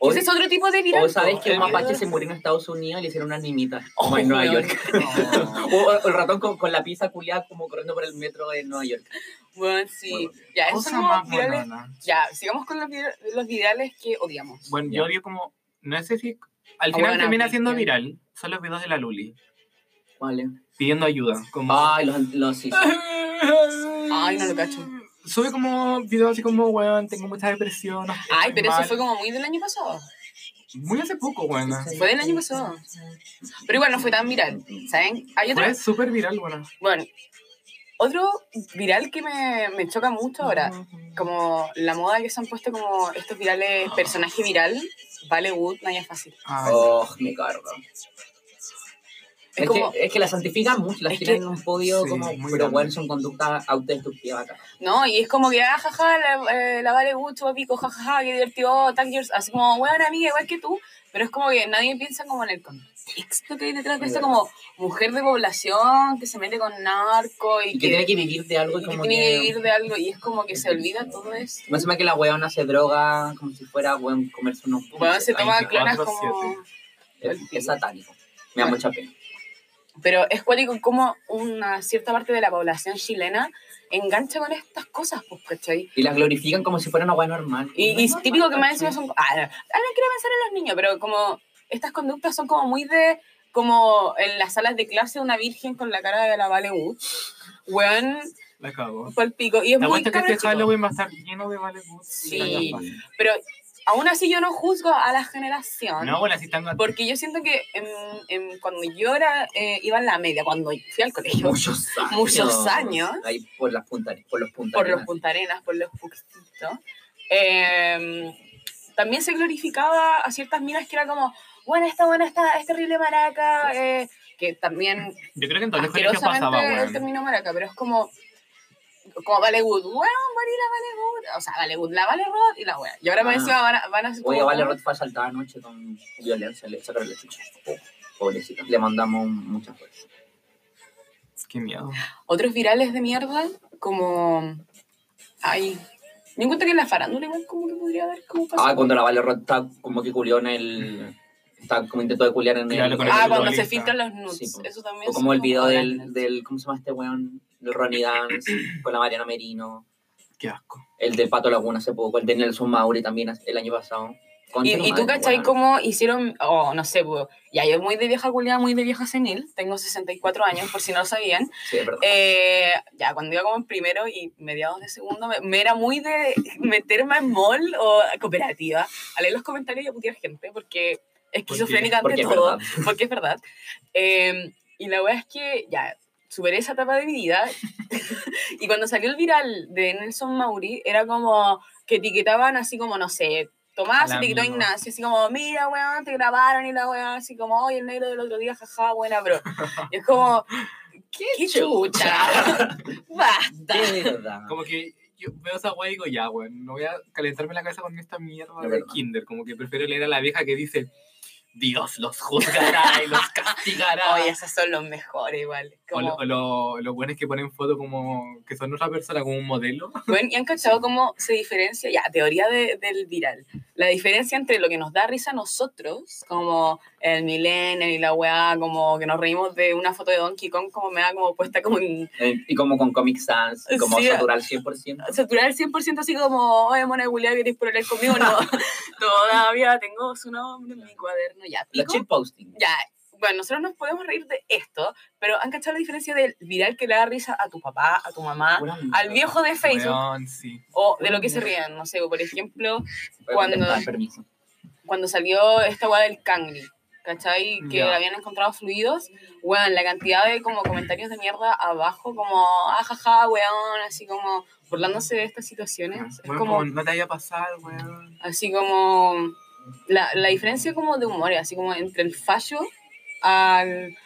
O,
Ese es otro tipo de viral.
o sabes que
el
el
video
mapache
de-
se murió en Estados Unidos y le hicieron una animita. Como en Nueva
weón.
York. o, o el ratón con, con la pizza culiada como corriendo por el metro de Nueva York.
Weón, sí.
Bueno,
Ya, esos
Cosa
son como
más
virales.
buena.
Ya, sigamos con los, vir- los virales que odiamos.
Bueno,
Ya.
yo vi como. No sé si. Al
Ah,
final
bueno,
termina siendo
Cristian.
viral. Son los videos de la Luli.
Vale.
Pidiendo ayuda. Como.
Ah.
Ay, los, los sí.
Ay, no lo cacho.
Sube como videos así como, weón, tengo mucha depresión. no estoy
Ay, pero eso
mal.
fue como muy del año pasado.
Muy hace poco, weón.
Fue del año pasado. Pero igual no fue tan viral, ¿saben? Hay otro,
Fue súper viral, weón.
bueno, otro viral que me, me choca mucho ahora, como la moda que se han puesto como estos virales, personaje viral, Vale Wood, Naya Fácil.
Ay,
Oh, me carga.
Es
Es,
como-
que, eh, es que las santifican mucho, las
Es
tiran
que-
en un podio
Sí,
como,
muy
pero
grande.
bueno, son conductas autodestructivas acá.
No, y es como que, ah, jaja, la, eh, la Vale Wood, chupa pico, jajaja, qué divertido, Tangers, así como, weón, amiga, igual que tú, pero es como que nadie piensa como en el contexto que hay detrás de eso, como mujer de población que se mete con narco y,
Y que tiene que vivir de algo y
y que
como
tiene que
que...
vivir de algo, y es como que se olvida todo eso.
Más encima que la weona se droga como si fuera weón comerse unos
Bueno, se toma claras
24/7.
como...
Es, es satánico. Me da
Bueno.
mucha pena.
Pero es cuático como una cierta parte de la población chilena engancha con estas cosas, pues, ¿cachai?
Y las glorifican como si fuera una weá normal.
Y, y es típico que más encima son... Ah, no, ah, no quiero pensar en los niños, pero como estas conductas son como muy de... Como en las salas de clase una virgen con la cara de la Vale Wood. Weón,
la cago.
pa'l pico. Y es
La
muy
cuenta que este
caro,
Halloween va a estar lleno de vale
Sí. Pero aún así yo no juzgo a la generación.
No, bueno, así están
Porque yo siento que en- en- cuando yo era, eh, iba en la media, cuando fui al colegio,
Muchos años.
Muchos años.
Ahí por las puntas, por los puntas.
por los puntarenas, por los puxitos, eh, también se glorificaba a ciertas minas que era como, bueno, esta buena, esta es terrible maraca, eh, que también
Yo creo que en todos los colegios pasaba,
asquerosamente el
weón.
término maraca, pero es como, como Vale Good, bueno, Marina Vale Good, o sea, Vale Good, la Vale Rod y la wea. Y ahora me
Ah.
encima van a, van a ser
Oye,
como-
vale, Rod fue asaltada anoche con violencia, le sacaron la chucha. Oh, pobrecita. Le mandamos muchas cosas.
Qué miedo.
otros virales de mierda, como, ay, yo encuentro que en la farándula igual como que podría haber como pasado.
Ah, cuando la Vale Rod está como que culió en el. Está como intentó de culiar en el.
Claro, con el
Ah, cuando
futbolista.
se filtran los nudes.
Sí, po.
Eso también.
O
son
como el video
como
del,
nudes.
del. ¿Cómo se llama este weón? Del Ronnie Dance con la Mariana Merino.
Qué asco.
El del Pato Laguna hace poco. El de Nelson Mauri también hace- el año pasado. Concha
Y,
tu
y tú,
madre,
¿cachai?
weón.
¿Cómo hicieron? Oh, no sé, po. ya yo muy de vieja culiada, muy de vieja senil. Tengo 64 años, por si no lo sabían.
Sí, es verdad.
Eh, ya, cuando iba como en primero y mediados de segundo, me, me era muy de meterme en mall o a cooperativa. A leer los comentarios y a putear gente, porque esquizofrénica
Porque
ante
es
todo.
verdad.
Porque es verdad. Eh, y la verdad es que ya superé esa etapa de mi vida. y cuando salió el viral de Nelson Mauri, era como que etiquetaban así como, no sé, Tomás
Al
etiquetó a
amigo.
Ignacio, así como, mira, weón, te grabaron y la weón, así como, oye, el negro del otro día, jaja, buena, bro. Y es como, qué, chucha. Basta.
De verdad.
Como que yo veo esa weá y digo, ya, weón, no voy a calentarme la cabeza con esta mierda
Es
de
verdad.
Kinder. Como que prefiero leer a la vieja que dice, Dios los juzgará y los castigará.
Oye, esos son los mejores, igual.
O
Como,
lo, o lo, lo bueno es que ponen foto como que son otra persona, como un modelo.
Bueno, y han cachado cómo se diferencia, ya, teoría de- del viral, la diferencia entre lo que nos da risa a nosotros, como el milenio y la weá, como que nos reímos de una foto de Donkey Kong como me da como puesta como en
Eh, Y como con Comic Sans, como
Sí.
saturar 100%.
saturar el 100% así como, oye, mona de Julia, ¿querés probar conmigo? No, todavía tengo su nombre en mi cuaderno, ya,
Los
pico.
chip posting.
Ya, bueno, nosotros nos podemos reír de esto, pero ¿han cachado la diferencia del viral que le da risa a tu papá, a tu mamá, al viejo de Facebook?
Weón, sí.
O de lo que se rían, no sé, o por ejemplo, cuando-
Permiso.
cuando salió esta weá del cangri, ¿cachai? Que
Ya.
habían encontrado fluidos, weón, la cantidad de como comentarios de mierda abajo, como, ajaja, weón, así como burlándose de estas situaciones. Es
Weón,
como,
no te haya pasado, weón.
así como, la, la diferencia como de humor, así como entre el fallo al,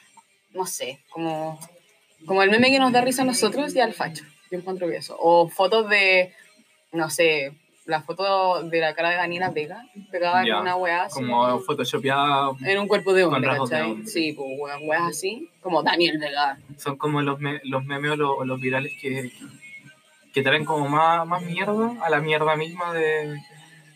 no sé, como, como el meme que nos da risa a nosotros y al facho. Yo encuentro que eso. O fotos de, no sé, la foto de la cara de Daniela Vega pegada
Ya.
en una weá. así
Como photoshopeado.
en un cuerpo de hombre,
Con rasgos de
¿cachai?
hombre.
Sí, pues weas, weas así, como Daniel Vega.
Son como los, me- los memes o los, o los virales que, que traen como más, más mierda a la mierda misma de...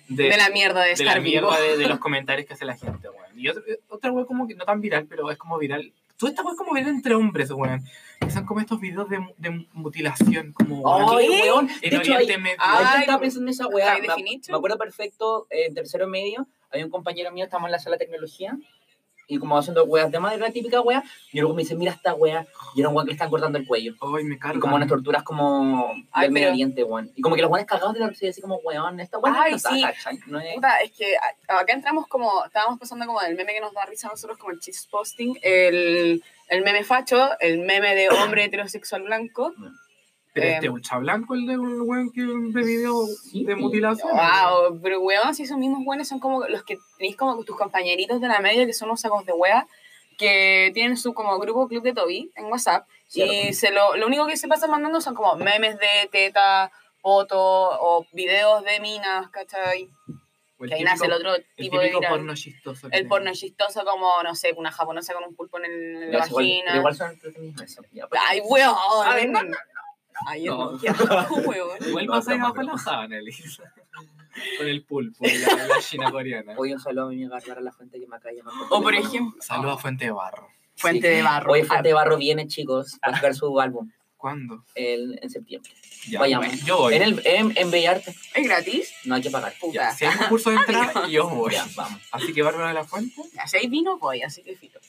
De, la mierda de
de la
estar vivo.
mierda de, de los comentarios que hace la gente, weón. Y otro- otra weón como que no tan viral, pero es como viral. Tú esta weón es como viral entre hombres, weón. Que son como estos videos de, de mutilación, como
Oh,
weón,
¿Qué?
weón.
en
De hecho,
Oriente
ahí-
Medio.
Ah,
ahí
Ay,
estaba pensando en esa weá.
High
Me,
definition.
me acuerdo perfecto, eh, en tercero medio, había un compañero mío, estábamos en la sala de tecnología, y como haciendo weas de madera, típica wea, y luego me dice, mira esta wea, y era un weón que le están cortando el cuello.
Ay, me cargo.
Y como unas torturas como
Ay,
del Medio
pero-
Oriente, weón. Y como que los weones cagados de la risa, así como, weón, esta wea
Ay,
no está,
sí.
¿cachai? No es...
Puta, es que a- acá entramos como, estábamos pasando como del meme que nos da risa a nosotros, como el cheese posting, el, el meme facho, el meme de hombre heterosexual blanco.
Pero
eh,
este ultra blanco, el de un weón que de video
Sí.
de mutilación.
Wow, pero weón, si esos mismos weones son como los que tenéis como tus compañeritos de la media, que son los sacos de wea, que tienen su como grupo club de Toby en WhatsApp, y
Cierto.
se lo, lo único que se pasan mandando son como memes de teta, foto, o videos de minas, ¿cachai?
O el
que ahí
típico-
nace el otro
el
tipo de
típico
viral.
porno chistoso. que
el
tenemos.
porno chistoso como, no sé, una japonesa con un pulpo en el- la
Ya, pues, igual,
vagina.
pero igual son entretenidos eso. Ya, pues.
Ay, weón.
A ver, no,
Ay,
no.
no, qué asco, weón.
Igual
No,
pasa ahí
broma,
abajo en la
broma.
sábana, Elisa. Con el pulpo, la, la china coreana.
Hoy un saludo a mi amiga Bárbara, la fuente que me acaba de llamar.
O por ejemplo,
Saludos a Fuente de Barro.
Oh, Fuente de Barro. Ah.
Hoy Fuente de Barro viene, chicos, a sacar su álbum
¿Cuándo?
el- en septiembre.
Ya,
Vayamos.
bueno, yo voy.
En, el, en, en Bellarte
¿Es gratis?
no hay que pagar.
Ya,
Puta.
si hay un curso de entrada, yo voy.
Ya, vamos.
Así que Bárbara de la Fuente,
Ya, Si hay vino, voy, así que filo.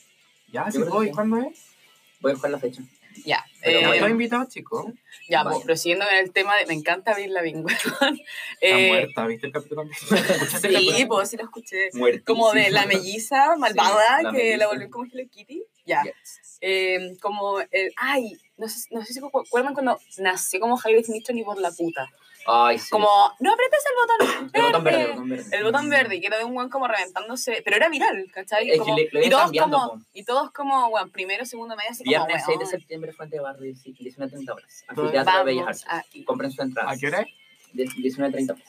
ya, si
creo que
voy,
sí.
¿cuándo es?
Voy a buscar la fecha.
Ya.
Pero
eh,
¿No
bueno.
estoy invitado, chico?
ya, pues,
Vaya.
prosiguiendo con el tema de. Me encanta abrir la lengua.
Está
Eh,
muerta, ¿viste el capítulo anterior? ¿Escuchaste el
Sí,
capítulo?
pues sí lo escuché.
Muertísimo.
Como de la melliza malvada
Sí, la
que la
melliza.
volvió como Hello Kitty. Ya.
Yes.
Eh, como el. Ay, no sé, no sé si se acuerdan cuando nació como Jaime Snitch ni por la puta.
Ay, sí.
Como, no apretes el botón verde.
El botón verde, el botón verde.
El botón verde, que era de un weón como reventándose, pero era viral, ¿cachai?
Es que
Como-
le- lo iban
y, todos
cambiando,
como,
po.
y todos como, weón, primero, segundo, medio, así como,
Viernes 6 de
weón,
septiembre, Fuente de Barro, 19.30 horas.
Vamos
Anfiteatro de Bellas Artes.
aquí.
Compren su entrada.
¿A qué hora es?
19.30 horas.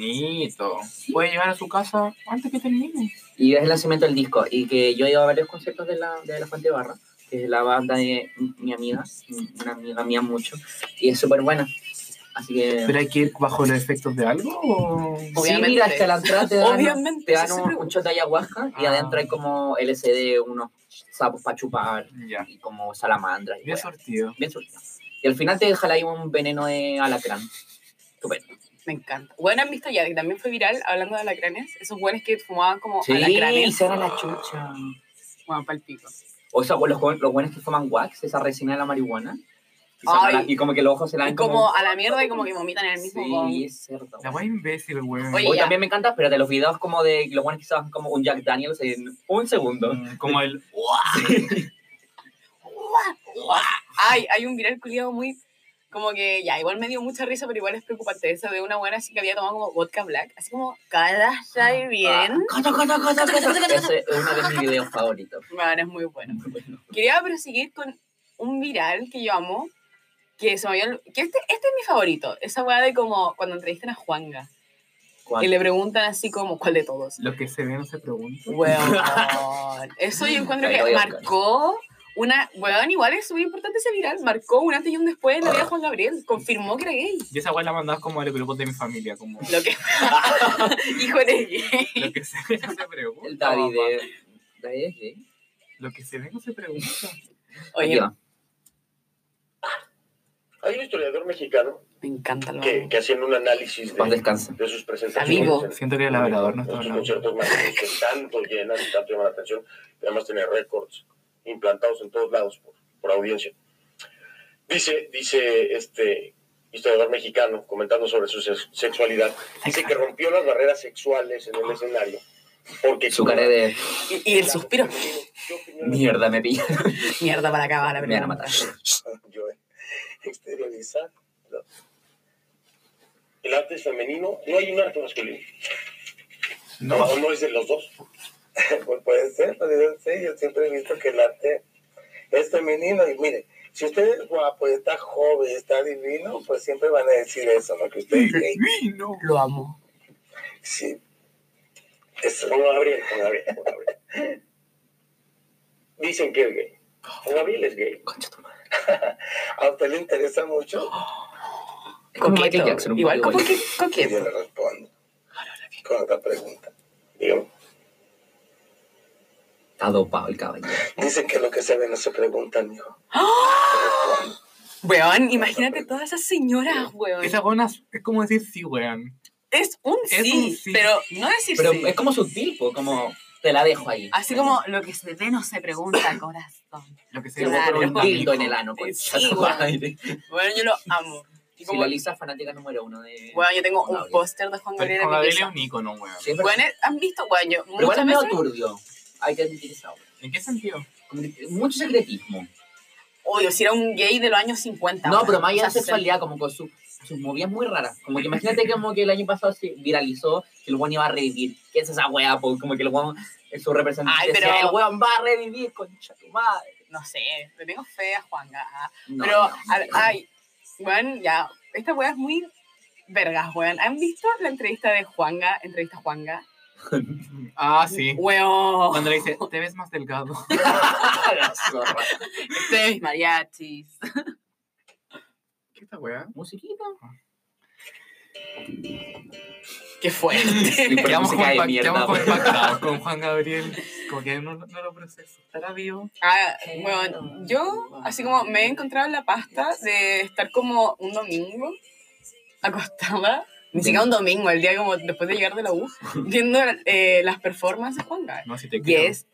Tempranito. Puede llegar a su casa antes que termine.
Y es el lanzamiento del disco. Y que yo he ido a varios conciertos de la, de la Fuente de Barra, que es la banda de mi amiga, una amiga mía mucho. Y es súper buena. Así que.
¿Pero hay que ir bajo los efectos de algo o...?
Obviamente.
Sí, mira, es que a la entrada te dan, te
Obviamente, sí
dan
se
un,
pregunta.
un shot de ayahuasca y
Ah.
adentro hay como LSD, unos sapos para chupar
Ya,
y como salamandras. Y
bien
weas.
sortido.
Bien surtido. Y al final te deja ahí un veneno de alacrán. Estupendo.
Me encanta. Bueno, han visto ya, que también fue viral, hablando de alacranes, esos weones que fumaban como
y
alacranes.
se da la chucha.
Bueno, pa'l pico.
O sea, los, buen- los buenos que fuman wax, esa resina de la marihuana. Y, se
Ay.
la- y como que los ojos se la
Y
dan
como a la mierda y como que vomitan en el mismo
Sí,
bong.
es cierto.
La wea imbécil, weón.
Oye,
Hoy
ya.
también me encanta, pero de los videos como de los buenos que se bajan como un Jack Daniels en un segundo.
Mm, Como el...
Ay, hay un viral culiado muy... Como que ya, igual me dio mucha risa, pero igual es preocupante eso de una buena así que había tomado como vodka black, así como, cada
Ah,
y bien.
Ese es uno de mis videos favoritos.
Bueno, es muy bueno. Quería proseguir con un viral que yo amo, que se me había ol- que este, este es mi favorito, esa weá de como cuando entrevistan a Juanga
¿Cuál?
y le preguntan así como, ¿cuál de todos?
Lo que se ve no se pregunta.
Weón. Eso yo encuentro
Ahí lo
que
voy a buscar.
marcó una. Weón, igual es muy importante ese viral. Marcó un antes y un después en la vida de Juan Gabriel. Confirmó que era gay.
Y esa wea la mandaba como a los grupos de mi familia, como...
Lo que. Hijo, eres gay.
Lo que se ve no se pregunta.
El David
papá.
de, ¿David es gay?
Lo que se ve no se pregunta.
Aquí
Oye,
va.
Hay un historiador mexicano
me encanta lo
que, que haciendo un análisis
Paz
de,
descansa.
de sus presentaciones.
Amigo.
en-
Siento que el labrador no está
Los
hablando.
conciertos masivos que tanto llenan y tanto llaman la atención, y además tiene récords implantados en todos lados por, por audiencia. Dice, dice este historiador mexicano, comentando sobre su sex- sexualidad, dice que rompió las barreras sexuales en el escenario porque
Su cara de
Y, y el suspiro.
¿Qué opinión
mierda me pilla.
Mierda para acabar la
Me van a
primera.
matar.
yo he exteriorizado. El arte es femenino, no hay un arte masculino. No,
No.
no, es de los dos.
Pues puede ser, puede ser. Yo siempre he visto que el arte es femenino. Y mire, si usted es guapo y está joven y está divino, pues siempre van a decir eso, ¿no? Que usted es gay.
Divino.
Lo amo.
Sí. Eso.
Juan Gabriel, Juan Gabriel, Juan Gabriel. Dicen que es gay. Juan Gabriel es gay.
Concha tu madre.
¿A usted le interesa mucho?
Es como Michael
Coqueto.
Jackson, un poco
Igual, como
igual.
que
Y yo
coqueto.
le respondo con otra pregunta.
Dígame.
Está dopado el caballero.
Dicen que lo que se ve no se pregunta, mijo.
Weón, imagínate todas esas señoras, weón.
Esa buena es como decir sí, weón.
Es un
Es
sí,
un sí.
pero no decir
Pero
sí.
es como sutil, po, como te la dejo ahí.
Así como lo que se ve no se pregunta, corazón.
Lo que se
Te
ve no
Claro,
claro, un
pregunta.
tildo en
mijo.
el ano, concha
Sí,
tu
weón.
madre.
Bueno, yo lo amo.
Si
Y como,
la Lisa es fanática número uno de.
bueno, yo tengo un
Gabriel.
póster de Juan Gabriel
Pero
en
Juan
mi
Gabriel es
pieza.
un ícono, weón.
Sí, es verdad.
Bueno, han visto, bueno, yo
Pero igual es
muchas
medio
veces.
turbio. Hay que admitir esa obra.
¿En qué sentido?
Como que Mucho secretismo.
Odio, si era un gay de los años 50.
No,
weón.
pero más allá
O
de
sea,
sexualidad, como con su- sus movidas muy raras. Como que imagínate que como que el año pasado se viralizó que el weón iba a revivir. ¿Qué es esa weá? po? Como que el weón, su representante,
Ay, pero-
decía, el weón va a revivir, concha tu madre.
No sé, le tengo fe a Juan Gabriel.
No,
pero,
no,
a-
no.
ay, weón, ya. Esta weá es muy vergas, weón. ¿Han visto la entrevista de Juanga? Entrevista a Juanga.
Ah, sí.
Weón.
Cuando le dice, te ves más delgado.
La zorra.
Ustedes, mis mariachis.
¿Qué esta weá?
Musiquita.
Ah.
Qué fuerte.
Pero
Quedamos
música de
compactados
mierda, pues.
quedamos
weón.
compactados con Juan Gabriel. Como que no, no lo proceso. ¿Estará vivo?
Ah, bueno, yo así como me he encontrado en la pasta de estar como un domingo acostada, ni siquiera un domingo, el día como después de llegar de la U, viendo eh, las performances de Juan Gabriel.
No, si te
Y
creo.
es,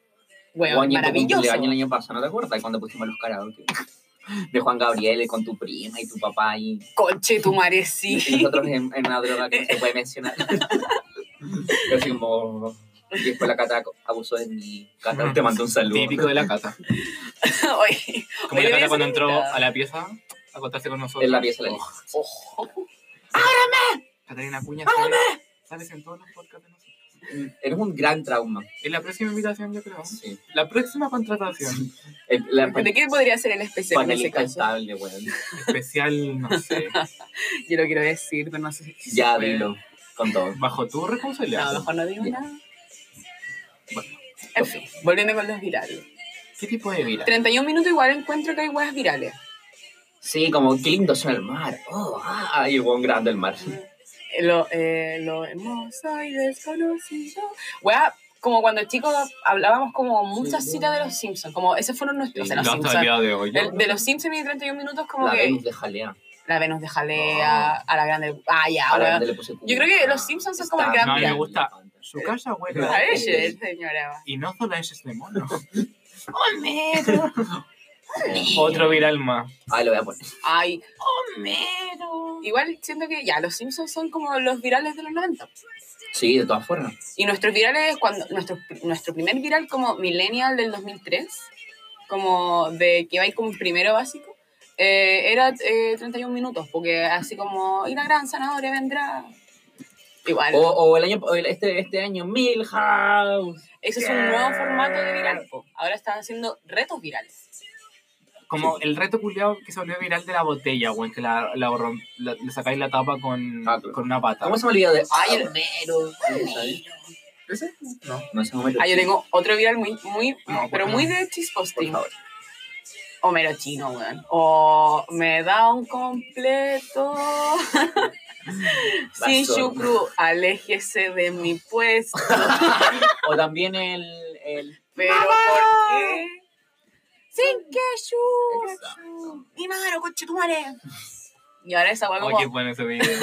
bueno,
Juan, y en tu
maravilloso.
cumpleaños el año pasado, ¿no te acuerdas? Cuando pusimos los karaoke de Juan Gabriel y con tu prima y tu papá y,
Coche, tu madre,
y
sí.
nosotros en, en una droga que no se puede mencionar. Pero así como... Y después la Cata abusó de mi Cata, te mandó un saludo.
Típico de la cata.
Oye,
Como la
Oye,
cata
esa
cuando entró
linda.
a la pieza a contarse con nosotros.
En la pieza la
Oh,
lista.
Catalina Cuña. sale- Sales en todos los podcasts de nosotros.
Eres un gran trauma.
En la próxima invitación, yo creo.
Sí.
La próxima contratación.
El- La
¿de qué podría ser el especial en ese
panelista
caso?
estable, weón.
Especial, no sé.
Yo lo quiero decir, pero no sé si se
Ya,
puede.
dilo. Con todo.
Bajo tu
No,
responsabilidad.
mejor no digo
Ya.
nada. En fin, volviendo con los virales.
¿Qué tipo de vida?
31 minutos igual encuentro que hay weas virales.
Sí, como qué lindo suena el mar. Oh, ah, y el weón grande el mar.
lo, eh, lo hermoso y desconocido. Wea, como cuando chicos hablábamos como muchas
Sí,
citas
wea.
de los Simpsons, como esos fueron nuestros,
Sí,
de
Lo
los
hasta el
Simpsons.
día de hoy. yo-
El- de los Simpsons y 31 minutos como
La
que
Venus de Jalea.
la Venus de Jalea, a la grande... Ah, ya,
A la
wea.
grande le puse culo.
Yo creo que los Simpsons son como el
pues, Está
gran
bien.
No, me gusta. Su casa, güey.
Pero-
A ella, señora.
Y no solo es este mono. Otro viral más.
Ay, lo voy a poner.
Ay, igual siento que ya, los Simpsons son como los virales de los 90.
Sí, de todas formas.
Y nuestros virales, cuando, nuestro, nuestro primer viral como millennial del 2003, como de que iba a ir como en primero básico, eh, era eh, 31 minutos, porque así como, y la gran zanahoria vendrá. Igual,
Oh.
O, o el año, o el- este, este año, Milhouse.
ese es un nuevo formato de viral. po. Ahora están haciendo retos virales.
Como el reto culiado que se volvió viral de la botella, güey. Que la, la, rom- la- le sacáis la tapa con,
Ah, claro.
con una pata.
¿Cómo se me olvidó de.?
Ay, el-
Homero. ¿Sabes?
No.
No sé, Homero.
Ah, yo tengo otro viral muy, muy,
No,
pero
por
muy de
Por
chisposting.
favor.
Homero chino, weón. O me da un completo. Sin
Bastón.
chucru, aléjese de mi puesto.
O también el. el
Pero ¿por qué? Sin que
Mi mano, conchetumare.
Y ahora esa hueá como,
Oye, bueno ese video.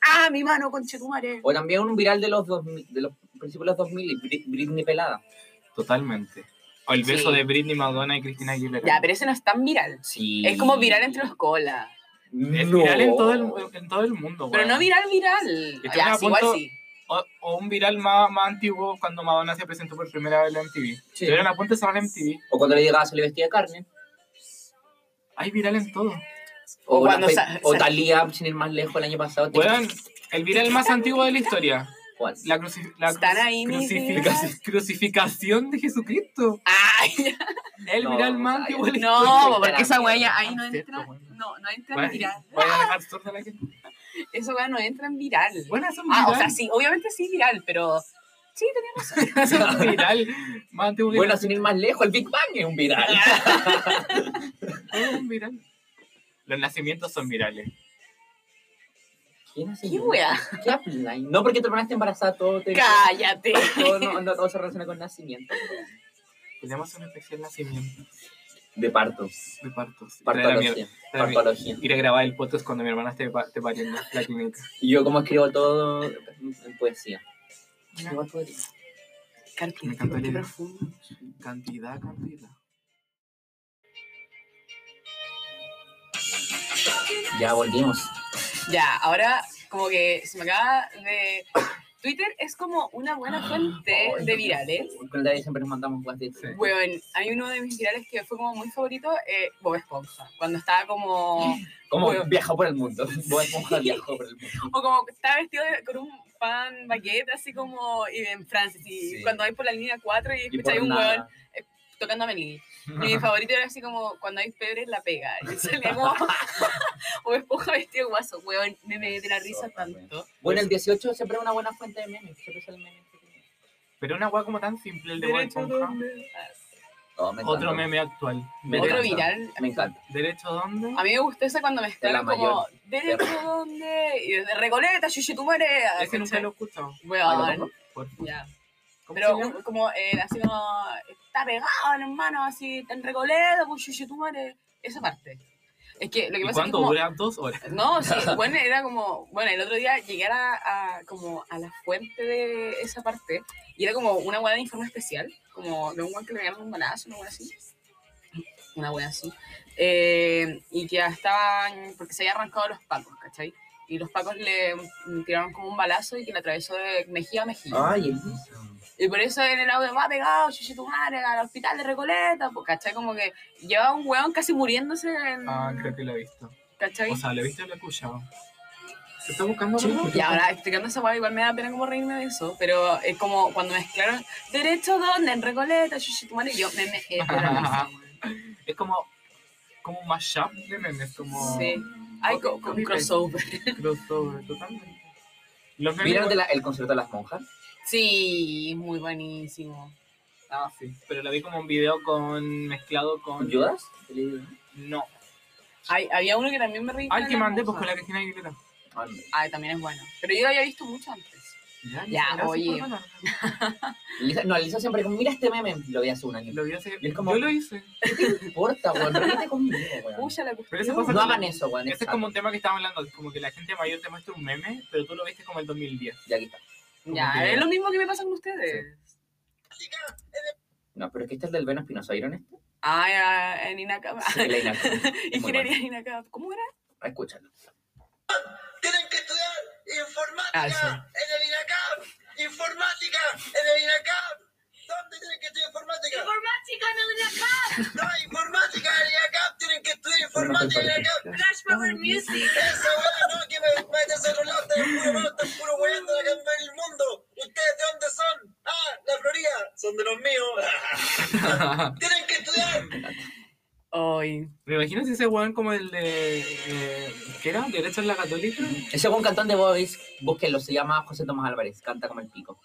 Ah, mi mano, conchetumare.
O también un viral de los, 2000, de los principios de los 2000, Brit- Britney pelada.
Totalmente. O el beso
Sí.
de Britney, Madonna y Cristina Aguilera.
ya, pero ese no es tan viral.
Sí.
Es como viral entre los colas.
Es
No.
viral en todo el, en todo el mundo.
Pero
weón.
no viral, viral.
Estamos
Ya,
a
sí, igual
punto-
sí.
O, o un viral más, más antiguo cuando Madonna se presentó por primera vez en la MTV.
Sí.
Pero en la punta se va a la MTV.
O cuando le llegaba se le vestía de carne.
Hay viral en todo.
O,
O cuando
la-
sa-
o
sa-
Talía, sin ir más lejos, el año pasado. te-
Weón, el viral más antiguo de la historia.
¿Cuál?
La, cruci- la
Están
cruci-
ahí mis
crucifica-
vidas.
crucificación de Jesucristo.
Ay,
El
No,
viral más
cállate.
antiguo de la historia.
no, porque esa weá ya- ahí no
Antes,
entra.
pues, bueno.
No, no entra en
Voy
viral.
a dejar sorda a la gente.
Esa weá no entra en viral.
Bueno, es un viral.
Ah, o sea, sí, obviamente sí viral, pero. Sí, tenía razón.
es un viral más antiguo que
Bueno, sin ir más lejos, el Big Bang es un viral.
todo es un viral. Los nacimientos son virales.
¿Quién hace
¿Qué
eso?
weá?
¿Qué habla? No, porque te pones embarazada todo. Te...
Cállate.
Todo, no, no, todo se relaciona con nacimiento.
Tenemos un especial nacimiento
De parto.
de partos. Y era la mierda.
Partología.
Era la mierda.
Partología.
Ir a grabar el podcast cuando mi hermana esté, pa- esté pariendo en la clínica.
Y yo como escribo todo en poesía.
Ya.
Igual podría.
Me
Carpintero,
encantó la
qué
idea.
profundo.
Cantidad, cantidad.
Ya volvimos.
Ya, ahora como que se me acaba de... Twitter es como una buena
Oh,
fuente
Ay,
de
no.
virales.
Con la siempre nos mandamos guas de
Sí.
Bueno, hay uno de mis virales que fue como muy favorito, eh, Bob Esponja. Cuando estaba como...
Como
Bueno.
viajó por el mundo. Bob Esponja viajó por el mundo.
O como que estaba vestido de- con un pan baguette, así como y en Francia. Y
Sí.
cuando hay por la línea 4 y
Y
escucháis
por
un
nada.
hueón tocando a Meli. Y mi favorito era así como cuando hay febres la pega. Y salía como Bob Esponja vestido de guaso. Hueón, me me de la risa tanto.
Bueno, el 18 siempre es una buena fuente de memes. Siempre es el meme. que tiene.
Pero una weá como tan simple el de Bob Esponja.
Oh, me
Otro
encanta.
meme actual.
Me
Otro
encanta.
viral.
Me encanta.
¿Derecho dónde?
A mí me gustó esa cuando mezclaron
la
como
mayor.
¿Derecho dónde? Y desde Recoleta, Yushi, tu madre.
Ese nunca lo he escuchado.
Ah, ¿lo
Weón,
pongo?
Por-
ya.
¿Cómo
Pero
se llama?
un- como eh, así como está pegado, hermano, así en Recoleta, pues Yushi, tu madre. Esa parte. Es que lo que
¿Y
pasa es que
cuánto
como-
dura? Dos horas.
No, sí, bueno, era como, bueno, el otro día llegué a, la- a- como a la fuente de esa parte y era como una hueá de informe especial, como de un hueón que le pegaron un balazo, una hueá así, una hueá así, Eh, y que ya estaban, porque se había arrancado los pacos, ¿cachai? Y los pacos le mm, tiraron como un balazo y que le atravesó de mejilla a mejilla.
Ay, el Wilson.
Y por eso en el audio más pegado, chuchi tu madre, al hospital de Recoleta, pues, ¿cachai? Como que llevaba un hueón casi muriéndose en...
Ah, creo que lo he visto.
¿Cachai?
O sea, lo he visto y lo he escuchado. ¿Se está buscando
Sí,
algo?
Y ahora explicando esa hueá igual me da pena como reírme de eso, pero es como cuando mezclaron derecho donde en Recoleta, chuchi tu madre, y yo me me eh, de la risa, weón.
Es como, como un mashup de memes, como
Sí. Ay, co- con un crossover.
crossover, totalmente. Los memes
¿Vieron
igual-
de la- el concierto de las monjas?
Sí, muy buenísimo.
Ah, sí, pero lo vi como un video con mezclado con...
¿Judas?
No.
Ay, había uno que también me reí.
Ay,
con
que
la
mandé pues
monja.
con la Cristina Aguilera.
Ay,
Ay, también es bueno. Pero yo lo había visto mucho antes.
Ya,
Ya,
gracias
oye.
por mandar.
Lisa- no, Lisa siempre como, mira este meme. Lo vi hace un año.
Lo vi hace-
Y es como-
Yo lo hice.
No importa, weón. este Ríete conmigo, weón.
Uy, ya la
Pero esa
cuestión.
cosa-
No hagan eso, weón.
Ese Este es como un tema que estaba hablando, como que la gente mayor te muestra un meme, pero tú lo viste como el 2010.
Ya aquí está.
Ya,
como que-
es lo mismo que me pasa con ustedes.
No, pero es que este es del Veno Espinosa. ¿Vieron este?
Ay, ah, en INACAP.
Sí, la Inaco. Es muy
Ingeniería INACAP. ¿Cómo era?
bueno. Ah, Escúchalo.
Tienen que estudiar informática
Ah, sí.
en el INACAP. Informática en el INACAP. ¿Dónde tienen que estudiar informática?
Informática en el INACAP,
No, informática en el INACAP. Tienen que estudiar informática en el INACAP.
Flash Power Music.
Esa weá no, que me metes en un lado, están puro malo, están puro weyando de cambiar el mundo. ¿Ustedes de dónde son? Ah, la Florida. Son de los míos. Tienen que estudiar.
Ay,
Me imagino si ese weón como el de. eh, ¿Qué era? ¿Derecho en la Católica?
Ese buen cantante Boys, búsquenlo, se llama José Tomás Álvarez, canta como el pico.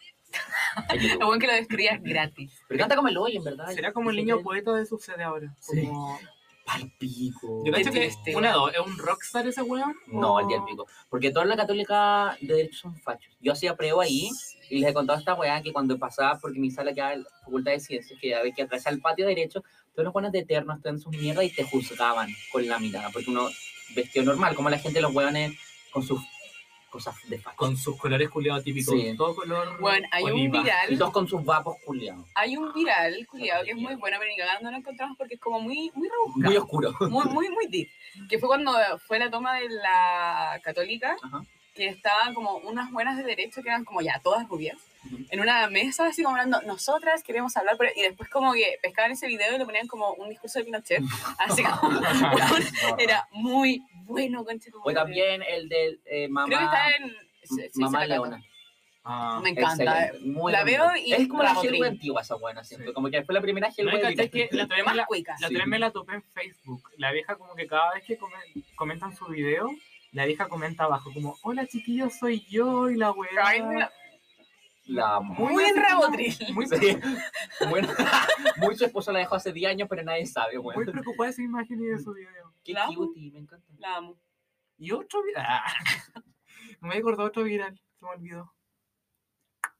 En YouTube.
lo bueno que lo destruías gratis.
Pero canta como el hoyo, en verdad.
Será como el niño poeta de sucede ahora.
Sí.
Como...
Pal pico. Este,
Yo cacho que
triste.
una dos, ¿es un rockstar ese weón?
No, el día
Oh.
del
del pico. Porque toda la católica de derecho son fachos. Yo hacía prueba ahí Y les he contado esta weá que cuando pasaba, porque mi sala quedaba en la Facultad de Ciencias, que había que atravesar el patio derecho, todos los buenos de eterno están en sus mierdas y te juzgaban con la mirada, porque uno vestido normal, como la gente, los weones con sus cosas de facha.
Con sus colores culiados típicos.
Sí.
Todo color.
Bueno, hay un
oliva.
Y
viral.
todos con sus vapos culiados.
Hay un viral,
Ah,
culiado, que es muy bueno, pero ni cagando lo encontramos porque es como muy, muy rebuscado.
Muy oscuro.
muy, muy, muy deep. Que fue cuando fue la toma de la católica,
Ajá.
que estaban como unas buenas de derecho que eran como ya todas rubias,
Ujú.
en una mesa así como hablando, nosotras queremos hablar, pero... y después como que pescaban ese video y le ponían como un discurso de Pinochet, así como era muy bueno, conche tu
O
madre.
también el del eh, mamá,
Creo que está en... se- se
mamá
hizo la
Leona.
Ah.
cata. Me encanta. eh.
Excelente, muy
La
bonito.
veo y
Es como la
Ramotrín.
Hellway antigua esa buena, siento.
Sí.
Como que fue la primera
No,
Hellway.
y cachai que la otra vez me
Más
la-
cuicas.
La otra vez me la topé en Facebook. La vieja como que cada vez que come- comentan su video, la vieja comenta abajo como, hola chiquillos, soy yo y la
Ay,
weá.
la-
La amo.
Muy en rabotril.
Muy,
Sí. Bueno, muy su esposo la dejó hace 10 años, pero nadie sabe,
muy
bueno.
preocupada de su imagen y de su video.
Qué
La-
cutie, me encanta.
La amo.
Y otro viral. No me acordó otro viral. Se me olvidó.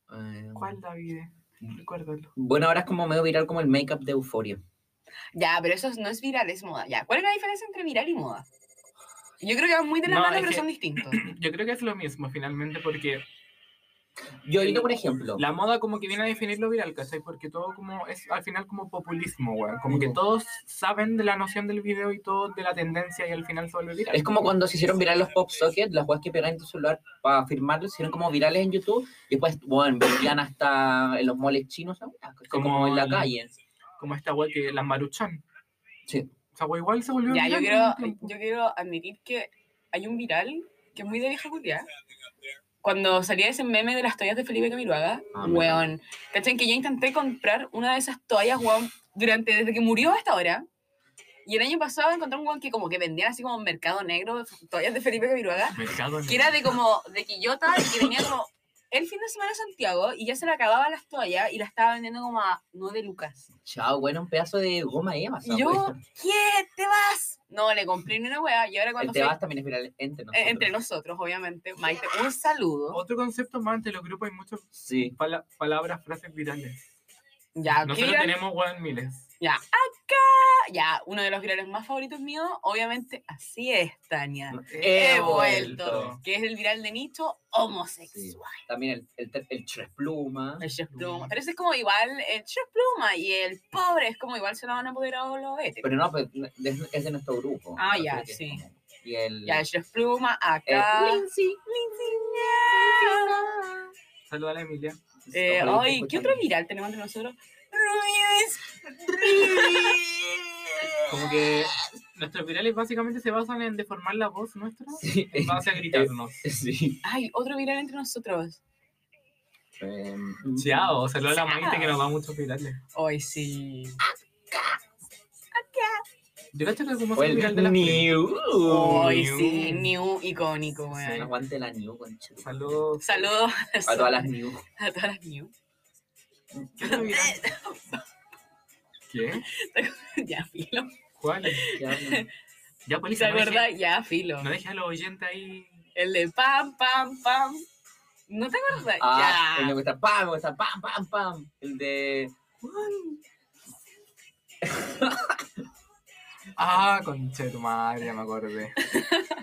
Eh,
¿Cuál David? Recuérdalo.
Bueno, ahora es como medio viral como el make-up de Euforia.
Ya, pero eso no es viral, es moda. Ya, ¿cuál es la diferencia entre viral y moda? Yo creo que van muy de la
No,
mano,
es
pero
que-
son distintos.
Yo creo que es lo mismo finalmente porque
Yo, yo tengo un ejemplo.
La moda como que viene a definir lo viral, ¿cachai? Porque todo como es al final como populismo, weón. Como que todos saben de la noción del video y todo de la tendencia y al final se vuelve viral.
Es como cuando se hicieron viral los pop sockets, las weas que pegan en tu celular para firmarlos, se hicieron como virales en YouTube. Y después, bueno, vendían hasta en los moles chinos, ¿no? como,
Como
en la
el-
calle.
Como esta weá que la maruchan.
Sí.
O sea, igual se volvió
Ya,
viral
yo quiero,
en un tiempo.
yo quiero admitir que hay un viral que es muy de vieja culiá. Cuando salía ese meme de las toallas de Felipe Camiloaga,
Ah, me
weón. ¿Cachan que yo intenté comprar una de esas toallas, weón, durante, desde que murió hasta ahora? Y el año pasado encontré un weón que como que vendía así como en mercado negro toallas de Felipe Camiloaga.
Mercado
que era de como de Quillota y que venía como el fin de semana a Santiago y ya se le acababa las toallas y la estaba vendiendo como a 9 lucas.
Chao, bueno, un pedazo de goma Eva. esa
Y yo,
wea.
¿qué? ¿Te vas? No, le compré ni una hueá y ahora
El
cuando fui,
Tebas también es viral entre nosotros.
eh, entre nosotros, obviamente, Maite, un saludo.
Otro concepto más entre los grupos hay muchas
Sí.
pala- palabras, frases virales.
Ya, ¿qué
Nosotros
viral?
tenemos weón miles.
Ya, acá. Ya, uno de los virales más favoritos míos, obviamente, así es, Tania. Ah, He vuelto. Que es el viral de nicho homosexual.
También el, el, ter- el tres plumas.
El chef pluma. Pero ese es como igual, el chef pluma y el pobre es como igual se lo van a poder a los héteros.
Pero no, pues, de- es de nuestro grupo.
Ah,
Así
ya,
que es
sí.
como- Y el. eh,
Ya, yo es pluma,
el-
acá.
Lindsay.
Saluda a la Emilia.
Eh,
Ojalá
ay,
esté
¿qué
escuchando.
otro viral tenemos entre nosotros? Rubies.
Como que nuestros virales básicamente se basan en deformar la voz nuestra
Sí.
en base a gritarnos.
Sí.
Ay, otro viral entre nosotros.
Em,
Chao, saluda a la Maite que nos da muchos virales.
Ay, sí.
Yo cacho que como
O
es el viral de la
el New.
Ay,
New.
sí. New, icónico,
No
weón.
aguante la New, concha.
Saludos.
Saludos
A todas las New.
a todas las New.
¿Qué? otro viral? ¿Qué?
ya, filo.
¿Cuál?
Ya, no.
Ya,
¿Se
policía, no
acuerda?
dejes
Ya, filo.
no deje a los oyentes ahí.
El de pam, pam, pam. ¿No te acuerdas?
Ah, el
ya.
me gusta pam, me gusta pam, pam, pam. El de.
Ah, concha de tu madre, ya me acordé.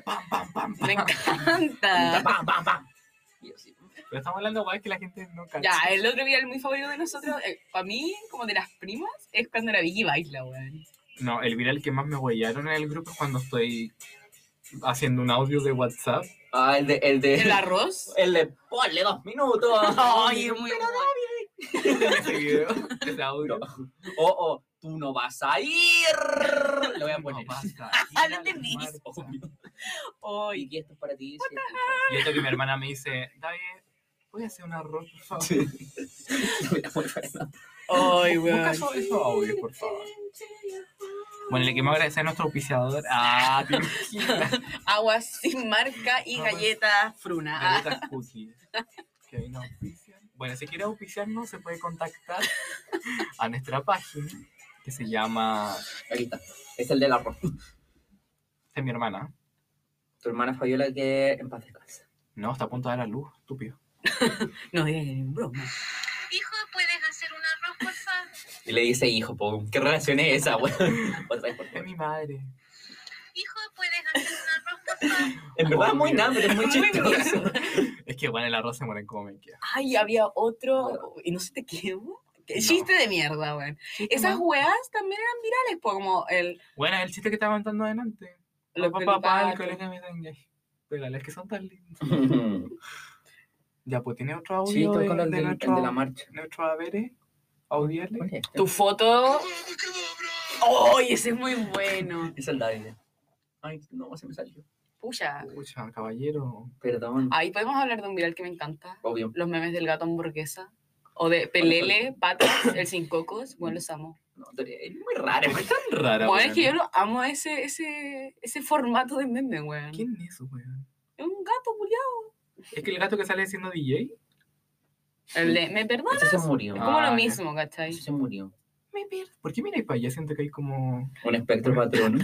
Pam, pam, pam, pam.
Me
Pam,
encanta.
pam, pam, pam. Y yo así,
Pero estamos hablando guay que la gente no cacha.
Ya, el otro viral muy favorito de nosotros, eh, para mí, como de las primas, es cuando la Vicky baila, weón.
No, el viral que más me huellaron en el grupo es cuando estoy haciendo un audio de WhatsApp.
Ah, el de. El de.
El arroz.
El de. Ponle dos minutos.
Ay, es muy
Pero
bueno.
Ese video, ese audio.
No. O, o, Oh, tú no vas a ir. Lo voy a poner.
No basta.
Ah, lo entendí.
Marcha.
Y
Ay,
que esto es para ti. sí,
Y esto que mi hermana me dice, David, voy a hacer un arroz, por favor.
ay,
Busca
weón.
eso- esos audios, por favor. Bueno, le queremos agradecer a nuestro auspiciador. Ah, te imaginas.
Agua sin marca y
Vamos.
galletas fruna. Ah,
Galletas Cookies. Que ahí nos auspician. Bueno, si quiere auspiciarnos, se puede contactar a nuestra página que se llama.
Aquí está. Es el del arroz.
Esta es mi hermana.
Tu hermana Fabiola que en paz descansa.
No, está a punto de dar a luz, estúpido.
Ah, no digas que es broma.
Hijo, ¿puedes hacer un arroz, por favor?
Y le dice, hijo, po, ¿qué relación es esa, weón? Otra vez, por
Es
favor.
mi madre.
Hijo, ¿puedes hacer un arroz, por favor?
En verdad, muy nada, pero es muy
Muy
chistoso.
Es que bueno, el arroz se muere como me queda.
Ay, había otro. ¿Y no se te quedó? Qué Chiste de mierda, weón. Esas weas también eran virales, pues como el.
Bueno, el chiste que estaba contando adelante.
Los
Los papá, papá, el
pelotazos.
colegio me dan gay. Pero es que son tan lindos. Ya, pues tiene otro audio
Sí, estoy
de,
con el
de
del- el
nuestro,
de la marcha.
nuestro haberes audiales.
¿Cuál es este?
Tu foto. ¡Ay, ese es muy bueno!
Es el David. Ay, no, se me salió.
Pucha.
Escucha, caballero.
Perdón.
Ahí podemos hablar de un viral que me encanta.
Obvio.
Los memes del gato hamburguesa. O de Pelele, Patas, el Sin Cocos. Bueno, los amo.
No, tú eres- es muy raro.
Es tan rara,
Bueno, es que yo
weón.
lo amo ese, ese, ese formato de meme, weón.
¿Quién es eso, weón?
Es un gato, culiado.
Es que el gato que sale siendo DJ.
El de, ¿me perdonas?
Ese se murió.
Es como
Ah,
lo
ya.
mismo, ¿cachai?
Ese se murió.
Me pierdo. ¿Por qué miráis para allá? Siento que hay como.
Un espectro patrón.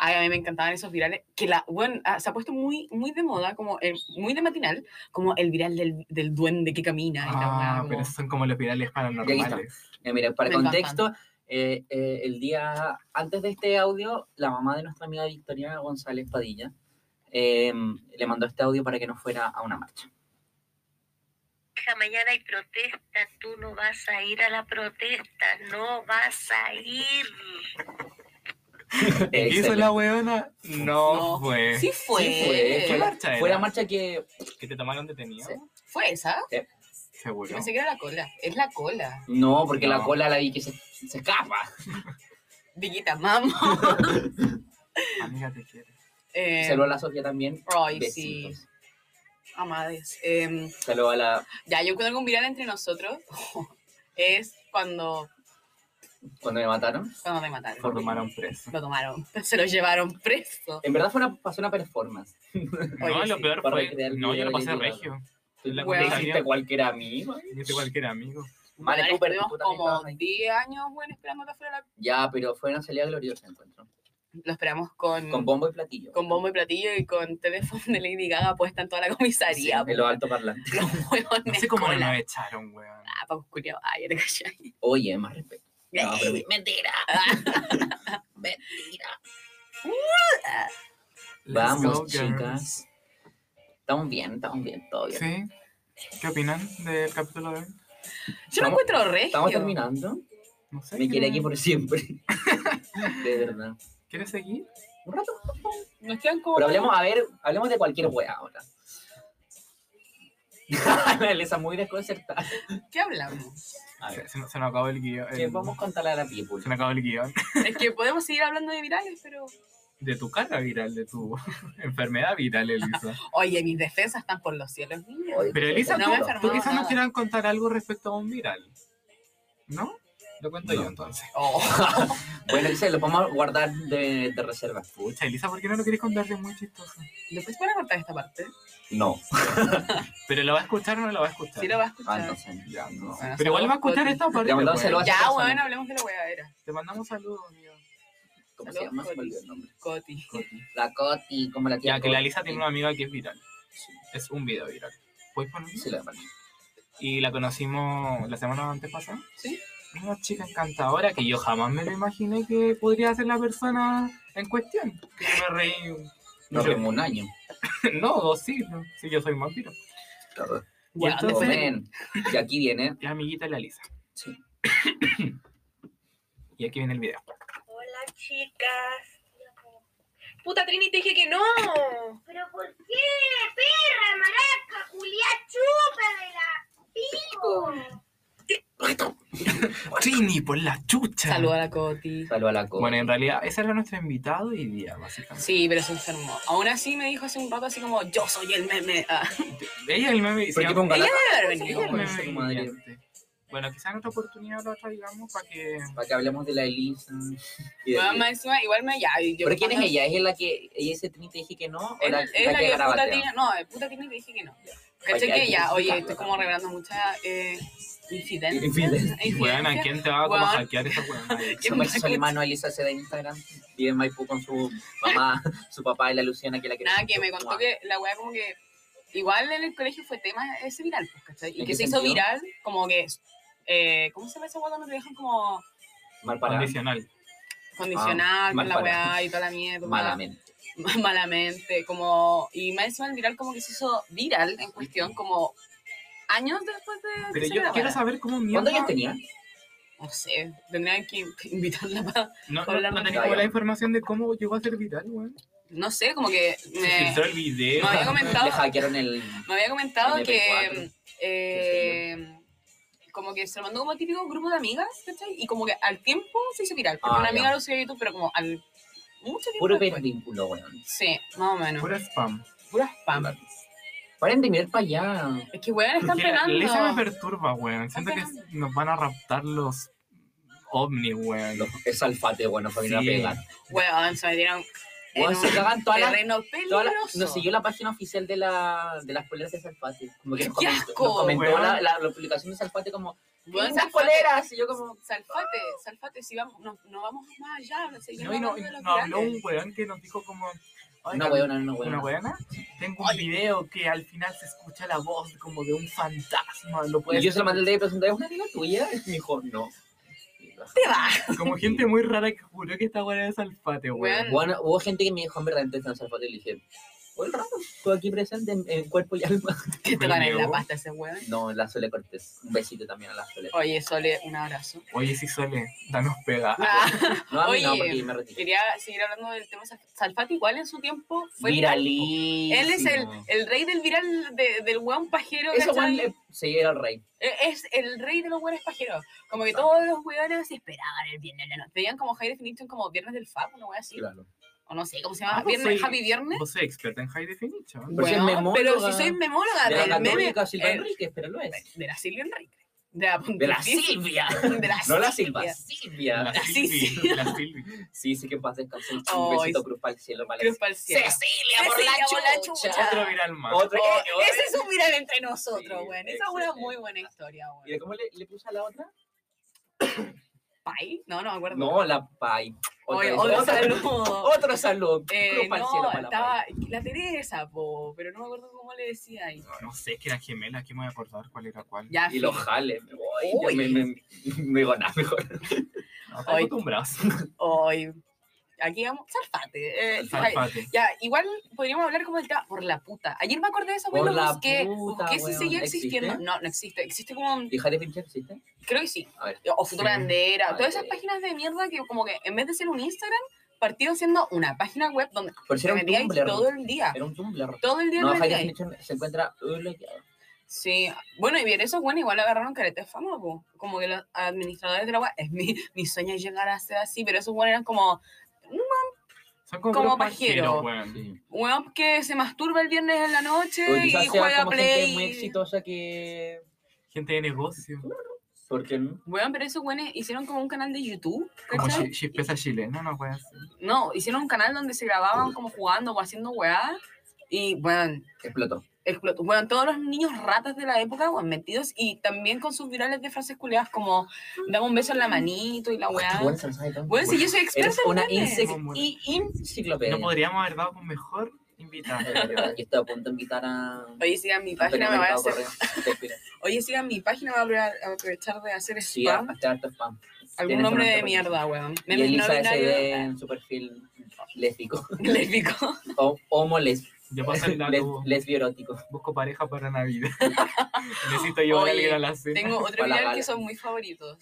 Ay, a mí me encantaban esos virales. Que la, bueno, ah, se ha puesto muy, muy de moda, como el- muy de matinal, como el viral del, del duende que camina. y la weá,
Ah,
como-
pero esos son como los virales paranormales.
Ya, Eh, mira, para
Me
contexto, eh, eh, el día antes de este audio, la mamá de nuestra amiga Victoria González Padilla eh, le mandó este audio para que no fuera a una marcha.
Hija, mañana hay protesta, tú no vas a ir a la protesta, no vas a ir.
Eh,
¿Hizo
excelente.
la weona? No,
No.
fue.
Sí fue.
Sí,
fue.
fue.
¿Qué marcha era?
Fue la marcha que...
¿Que te tomaron detenido?
Sí.
esa?
Seguro.
Pensé que era la cola. Es la cola.
No, porque la
No.
cola la vi que se, se escapa.
Villita, mamo.
Amiga, te quiero.
Eh,
Saludó a la Sofía también.
Ay, sí.
Besitos.
Amades. Em,
Saludó a la...
ya, yo encuentro que un viral entre nosotros es cuando,
Cuando me mataron.
cuando me mataron.
Lo tomaron preso.
Lo tomaron. Se lo llevaron preso.
En verdad fue una, pasó una performance.
No,
Oye,
lo
sí.
peor
para
fue.
recrear el
No, yo lo
video
pasé
del libro.
regio.
¿Tú
La
le
compañía.
hiciste cualquiera amigo?
Yo soy cualquier amigo.
Vale,
Bueno,
tú, pero
estuvimos
tú también
como
estabas ahí.
10 años, bueno, esperando afuera. de la-
Ya, pero fue una salida gloriosa el encuentro.
Lo esperamos con,
Con bombo y platillo.
con bombo y platillo y con teléfono de Lady Gaga puesta en toda la comisaría.
en los altoparlantes.
Los huevones
No sé cómo no
cola.
nos echaron, weón.
Ah, pa' oscuridad. Ay, ya te cachai.
Oye, más respeto. No, pero-
Mentira.
Let's
Vamos,
go, girls.
chicas. Estamos bien, estamos bien, todo bien.
Sí. ¿Qué opinan del capítulo de hoy?
Yo lo
Estamos-
encuentro regio.
Estamos terminando.
No sé.
Me
¿qué-
quiere aquí por siempre. De verdad.
¿Quieres seguir?
Un rato.
Nos quedan
Oh.
como...
Pero hablemos, a ver, hablemos de cualquier wea ahora. La Elisa muy desconcertada.
¿Qué hablamos?
A ver,
Se, se nos se nos acabó el guión.
¿qué vamos a contarle a la people?
Se nos acabó el guión.
es que podemos seguir hablando de virales, pero...
De tu cara viral, de tu enfermedad viral, Elisa.
Oye, mis defensas están por los cielos, niña.
Oye,
Pero Elisa,
No
tú,
me he enfermado
tú quizás nos
nada.
quieran contar algo respecto a un viral. ¿No? Lo cuento yo entonces.
Oh,
Bueno, Elisa, lo vamos a guardar de, de reserva.
Pucha, Elisa, ¿por qué no lo quieres contar? Es muy chistoso.
después van a cortar esta parte.
No.
¿Pero lo va a escuchar o no lo va a escuchar?
Sí lo vas a
Ah,
escuchar.
entonces, ya, no. Ah,
Bueno,
Pero igual va a escuchar
Coti.
esta parte.
Ya, mandamos
weón.
saludos.
Ya,
Saludos.
bueno, hablemos de la hueadera.
Te mandamos saludos, amigo.
¿Cómo se llama? Se me olvidó el nombre.
Coti.
Coti.
La Coti, como la tía.
Ya, que la
Coti.
Elisa tiene una amiga que es viral. Es un video viral. ¿Puedes ponerlo?
Sí, la verdad.
Y la conocimos la semana antepasada.
Sí.
Una chica encantadora que yo jamás me lo imaginé que podría ser la persona en cuestión. Que yo me reí.
Nos
Yo-
vemos un año.
no, dos siglos. Sí, yo soy un vampiro. Y
Bueno,
entonces-
después-
Comen. Y aquí viene.
La amiguita de la Elisa.
Sí.
Y aquí viene el video.
Hola, chicas. Puta Trini, te dije que no.
¿Pero por qué, perra, maraca, Julián, chúpamela? ¡Pico!
Trini, por la chucha.
Saluda a la Coti.
Saluda a la Coti.
Bueno, en realidad, ese era nuestro invitado y día, básicamente.
Sí, pero se enfermó. Aún así me dijo hace un rato así como, yo soy el meme. Ah,
Ella es el meme.
Porque
se
con
llama-
Ella
Galata-
debe haber
ella
venido.
es el
Como
meme
dice tu madre.
viviente. Bueno, quizás en otra oportunidad lo traigamos para que.
Para que hablemos de la Elisa. y de-
Bueno, más encima, igual me ya. yo-
¿Pero quién es ella? ¿Es la que ella ese Trini te dije que no? ¿O
Es
la,
es la,
la que
que es puta
grabaste?
tiene. No, es puta tiene que dije que no. Caché
Hay- hay
que
que
ya, oye,
justificarlo
estoy como
también.
revelando mucha eh, incidencia.
Infidencia.
Bueno, ¿a quién te va a como
Weón.
hackear esa weón?
¿Quién
Como
me
hizo el mano Elisa se da en Instagram. Vive en Maipú con su mamá, su papá y la Luciana que la que
Nada, que me contó que la weá como que igual en el colegio fue tema ese viral, pues, ¿cachai?
¿En
Y que
qué
se hizo
sentido?
viral, como que, eh, ¿cómo se llama esa hueá donde te dejan como
Mal parada.
Condicional.
condicional
Ah, mal
con la
parada.
weá y toda la mierda?
Malamente.
malamente, como, y más encima el viral como que se hizo viral en cuestión, como años después de... que
Pero
se
yo
grabara.
quiero saber cómo mierda...
¿Cuántos años tenía?
No sé, tendrían que invitarla para...
No, no,
Hola,
no
Rosa.
tenía como la información de cómo llegó a ser viral, weón.
No sé, como que
Se
me,
filtró el video.
No, había comentado-
Le hackearon el...
me había comentado
En
que...
MP4.
eh, como que se lo mandó como típico grupo de amigas, ¿cachai? Y como que al tiempo se hizo viral. Porque
Ah,
una
ya.
amiga lo subió a YouTube, pero como al... Mucho tiempo
Puro
después.
vínculo, weón.
Sí, más o menos.
Pura spam.
Pura spam.
Paren de mirar para allá.
Es que, weón, están
Mira, Lisa me
penando.
perturba, weón. Siento que
penando.
nos van a raptar los ovnis, weón.
Los- Es alfate, weón, nos van a
Sí.
pegar.
Weón, se metieron en
Weón,
un
se cagan todas las...
terreno
todas
peligroso.
las- nos siguió la página oficial de, la, de las poleras de Salfate. Como que nos
¡Qué
comentó,
asco,
nos comentó
weón!
la, la, la publicación de Salfate como...
Weón,
"Esas
Salfate.
poleras! Y yo como...
Salfate, salfate, si vamos, no, no vamos más allá, seguimos
No, y no,
hablando de los
nos habló
grandes.
un weón que nos dijo como... "Oigan,
Una weona, una
una
weona.
weona. Tengo un video que al final se escucha la voz como de un fantasma. Lo
Y
puedes
yo se lo mandé el día y pregunté, ¿es una amiga tuya? Y me dijo, no.
Te va.
Como gente muy rara que juró que esta weona es alfate, weón.
Weón,
Bueno, hubo gente que me dijo, en verdad, entonces Salfate y le dije, el rato, tú aquí presente en, en cuerpo y alma.
que te gané la
weón.
pasta ese weón.
No, la Sole Cortés. Un besito también a la Sole.
Oye, Sole, un abrazo.
Oye, sí, Sole, danos pega.
Ah. No, a mí no,
Oye,
porque me retiré.
Quería seguir hablando del tema Sal- Salfate, igual en su tiempo fue viral.
Viralísimo.
Él es el, el rey del viral, de- del weón pajero.
Ese
¿cachai?
weón le- sí, era el rey.
Eh, Es el rey de los buenos pajeros. Como que todos los weones esperaban el viernes de la noche. Veían como High Definition como viernes del Fab, una wea así.
Claro.
O no sé, ¿cómo se llama?
Ah, no
viernes,
soy-
Happy Viernes.
Vos soy experta en High Definition.
Pero si es
Weón,
memóloga.
pero si soy memóloga
De la
Ah, del meme
católica Silva
eh,
Enríquez, pero lo es.
de la Silvia Enrique. De la,
De la
Pontificia-
Silvia.
De la
No la Silva,
Silvia.
Silvia.
La
Ah, sí,
Silvi,
sí.
la Silvi.
Sí, sí que en paz descanse. Un
Ay,
besito cruz para el cielo. para la-
Cruz pa'l cielo.
Cecilia, por
Cecilia, por la
la
chucha.
chucha.
Otro viral más.
Otro.
Oh,
eh, otro-
ese es un viral entre nosotros,
Sí,
weón. Esa es una
excelente.
muy buena historia,
Mira,
weón.
¿cómo le, le puse a la otra?
¿Pai? No, no me acuerdo.
No, la Pai. Otra
Oye,
vez,
otro
otra-
saludo.
Otro saludo.
Eh,
Cruz pa'l cielo,
no,
para la
estaba la Teresa, po, pero no me acuerdo cómo le decía ahí.
No sé, es que eran gemelas, aquí me voy a acordar cuál era cuál.
Ya,
y
fin.
los jales. Me voy.
Uy.
yo Me, me, me digo, nada, mejor.
No,
Ay.
te brazo.
Hoy, aquí vamos, salfate. eh, ay,
Salfate.
ya, igual podríamos hablar como del tema por la puta. Ayer me acordé de eso,
Por
weón, lo
la
busqué,
puta,
busqué si
weón.
seguía existiendo.
¿Existe?
No, no existe. Existe como, un-
¿Y Jale Pincher existe?
creo que sí,
A ver.
o Futura
Sí.
Bandera,
Ay,
todas esas
ay, ay.
páginas de mierda que como que en vez de ser un Instagram, partieron siendo una página web donde
Por si
te
era un
metías
Tumblr.
todo el día.
Era un Tumblr.
Todo el día
No,
te
Jale
metías.
Pincher se encuentra bloqueado.
Sí, bueno, y bien, eso bueno, igual agarraron careta de fama, po. como que los administradores de la web, es mi, mi sueño es llegar a ser así, pero esos bueno eran como,
Son como,
como
puros
pajero.
pajeros, weón.
Sí.
weón que se masturba el viernes en la noche
O
y
quizás sea
juega
como gente
play.
muy exitosa que.
Gente de negocio.
Porque no.
Weón, pero esos güeyes hicieron como un canal de YouTube,
Como
¿cachai?
chi- chispeza chilena, no, weón.
No, hicieron un canal donde se grababan como jugando o haciendo weá, y weón,
explotó.
explotó. Bueno, todos los niños ratas de la época, weón, metidos y también con sus virales de frases culeadas como dame un beso en la manito y la weá.
Este weón se lo sabe todo.
Bueno, si yo soy experta
Eres una
en memes.
insec-
Muy
y enciclopedia.
No podríamos haber dado con mejor invitado.
Es verdad, Yo estaba a punto de invitar a.
Oye, sigan mi página, me
Antonio
va a
Mercado
hacer...
Correa. Te espero.
Oye, sigan mi página, me voy a apro- a aprovechar de hacer
Sí,
spam.
hazte harto spam.
Algún
Tienes solamente
nombre de
por eso.
mierda, weón.
Y
Memes no
Elisa SD
binarios,
en su perfil lésbico.
lésbico.
O, homo les,
Yo paso el
les-
dato.
lesbioerótico.
Busco pareja para Navidad. Necesito llevar
Oye,
a alguien a la cena.
Tengo otro
Hola,
video que
Gala.
son muy favoritos.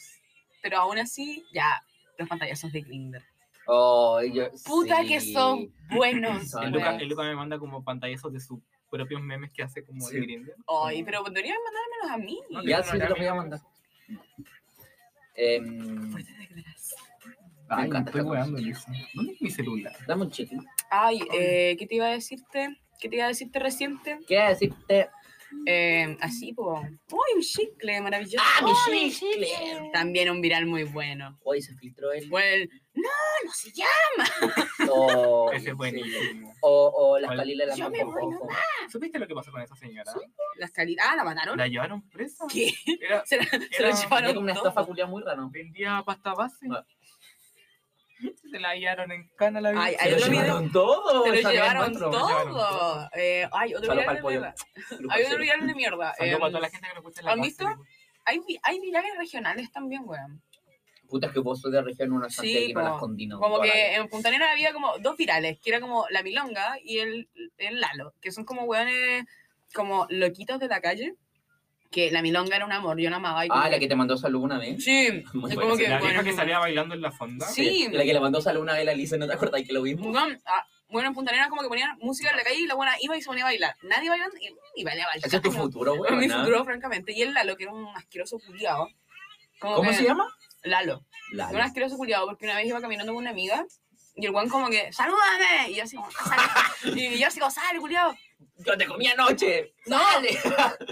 Pero aún así, ya, los pantallazos de Grindr.
Oh, yo-
Puta
sí.
que son buenos,
Son
El
Luca-
Luca,
weón.
el Luca me manda como pantallazos de sus propios memes que hace como
Sí.
de Grindr.
Ay, pero deberían mandármelos a mí.
No,
Ya
no,
sí,
ya
te los
me-
voy a mandar. Em, me
Ay, me
encanta
estoy
esta
weando,
cosa.
Lisa. ¿Dónde es mi celular?
Dame un chicle.
Ay, eh, ¿qué te iba a decirte? ¿Qué te iba a decirte reciente?
¿Qué decirte?
Eh, así, po. ¡Uy, un chicle maravilloso!
¡Ah, mi
¡Uy,
chicle!
También un viral muy bueno.
Hoy se filtró el.
Bueno, no, no sé ya. Oh,
O,
Ese es buenísimo.
Oh, o, o las
Oye.
palilas de
Yo
la
me voy,
ojo.
¿Supiste lo que pasó con esa señora?
Las cali- Ah, la mataron.
¿La llevaron presa?
¿Qué?
Era,
Se, la- se
Era-
lo
Era
llevaron.
como una
todo.
Ah.
estafa culia muy rara.
vendía pasta base.
Ah.
Se la hallaron en cana la
Ay,
vida.
ay, Se lo otro llevaron video-
todo.
Te lo
sabían
llevaron
cuatro.
todo. Eh, Ay, otro
Solo
viral
pa'l
de
pollo.
mierda.
Grupo
Hay otro
cero.
viral de mierda.
Saludos
Em,
para toda la gente que nos gusta la
¿han
base,
visto?
güey.
Hay, vi- hay virales regionales también, weón.
Puta, es que vos sos de región una
Sí,
santa y no
po.
las combino.
Como
toda la
que eh,
vida.
en Punta Arenas había como dos virales, que era como la Milonga y el, el Lalo, que son como weones como loquitos de la calle, que la Milonga era un amor, yo la amaba. Y como
Ah, la que te mandó salud una vez.
Sí,
Muy
y
buena,
como
sí,
que...
La vieja
bueno,
que salía bailando en la fonda.
Sí.
La que le mandó salud una vez la Lisa, ¿no te acordás que lo vimos?
weón, ah, bueno, en Punta Arenas como que ponían música en la calle y la buena iba y se ponía a bailar. Nadie bailando y, y bailaba. al
Ese es tu
caño.
futuro,
En
weón.
mi
¿ah?
futuro, francamente. Y el Lalo, que era un asqueroso culiado.
¿Cómo se llama?
Lalo.
La
Era un asqueroso culiado porque una vez iba caminando con una amiga y el guan como que, ¡salúdame! Y yo así como, "Sale". Y yo así como, ¡sale, culiado!
Yo te comí anoche.
¡No!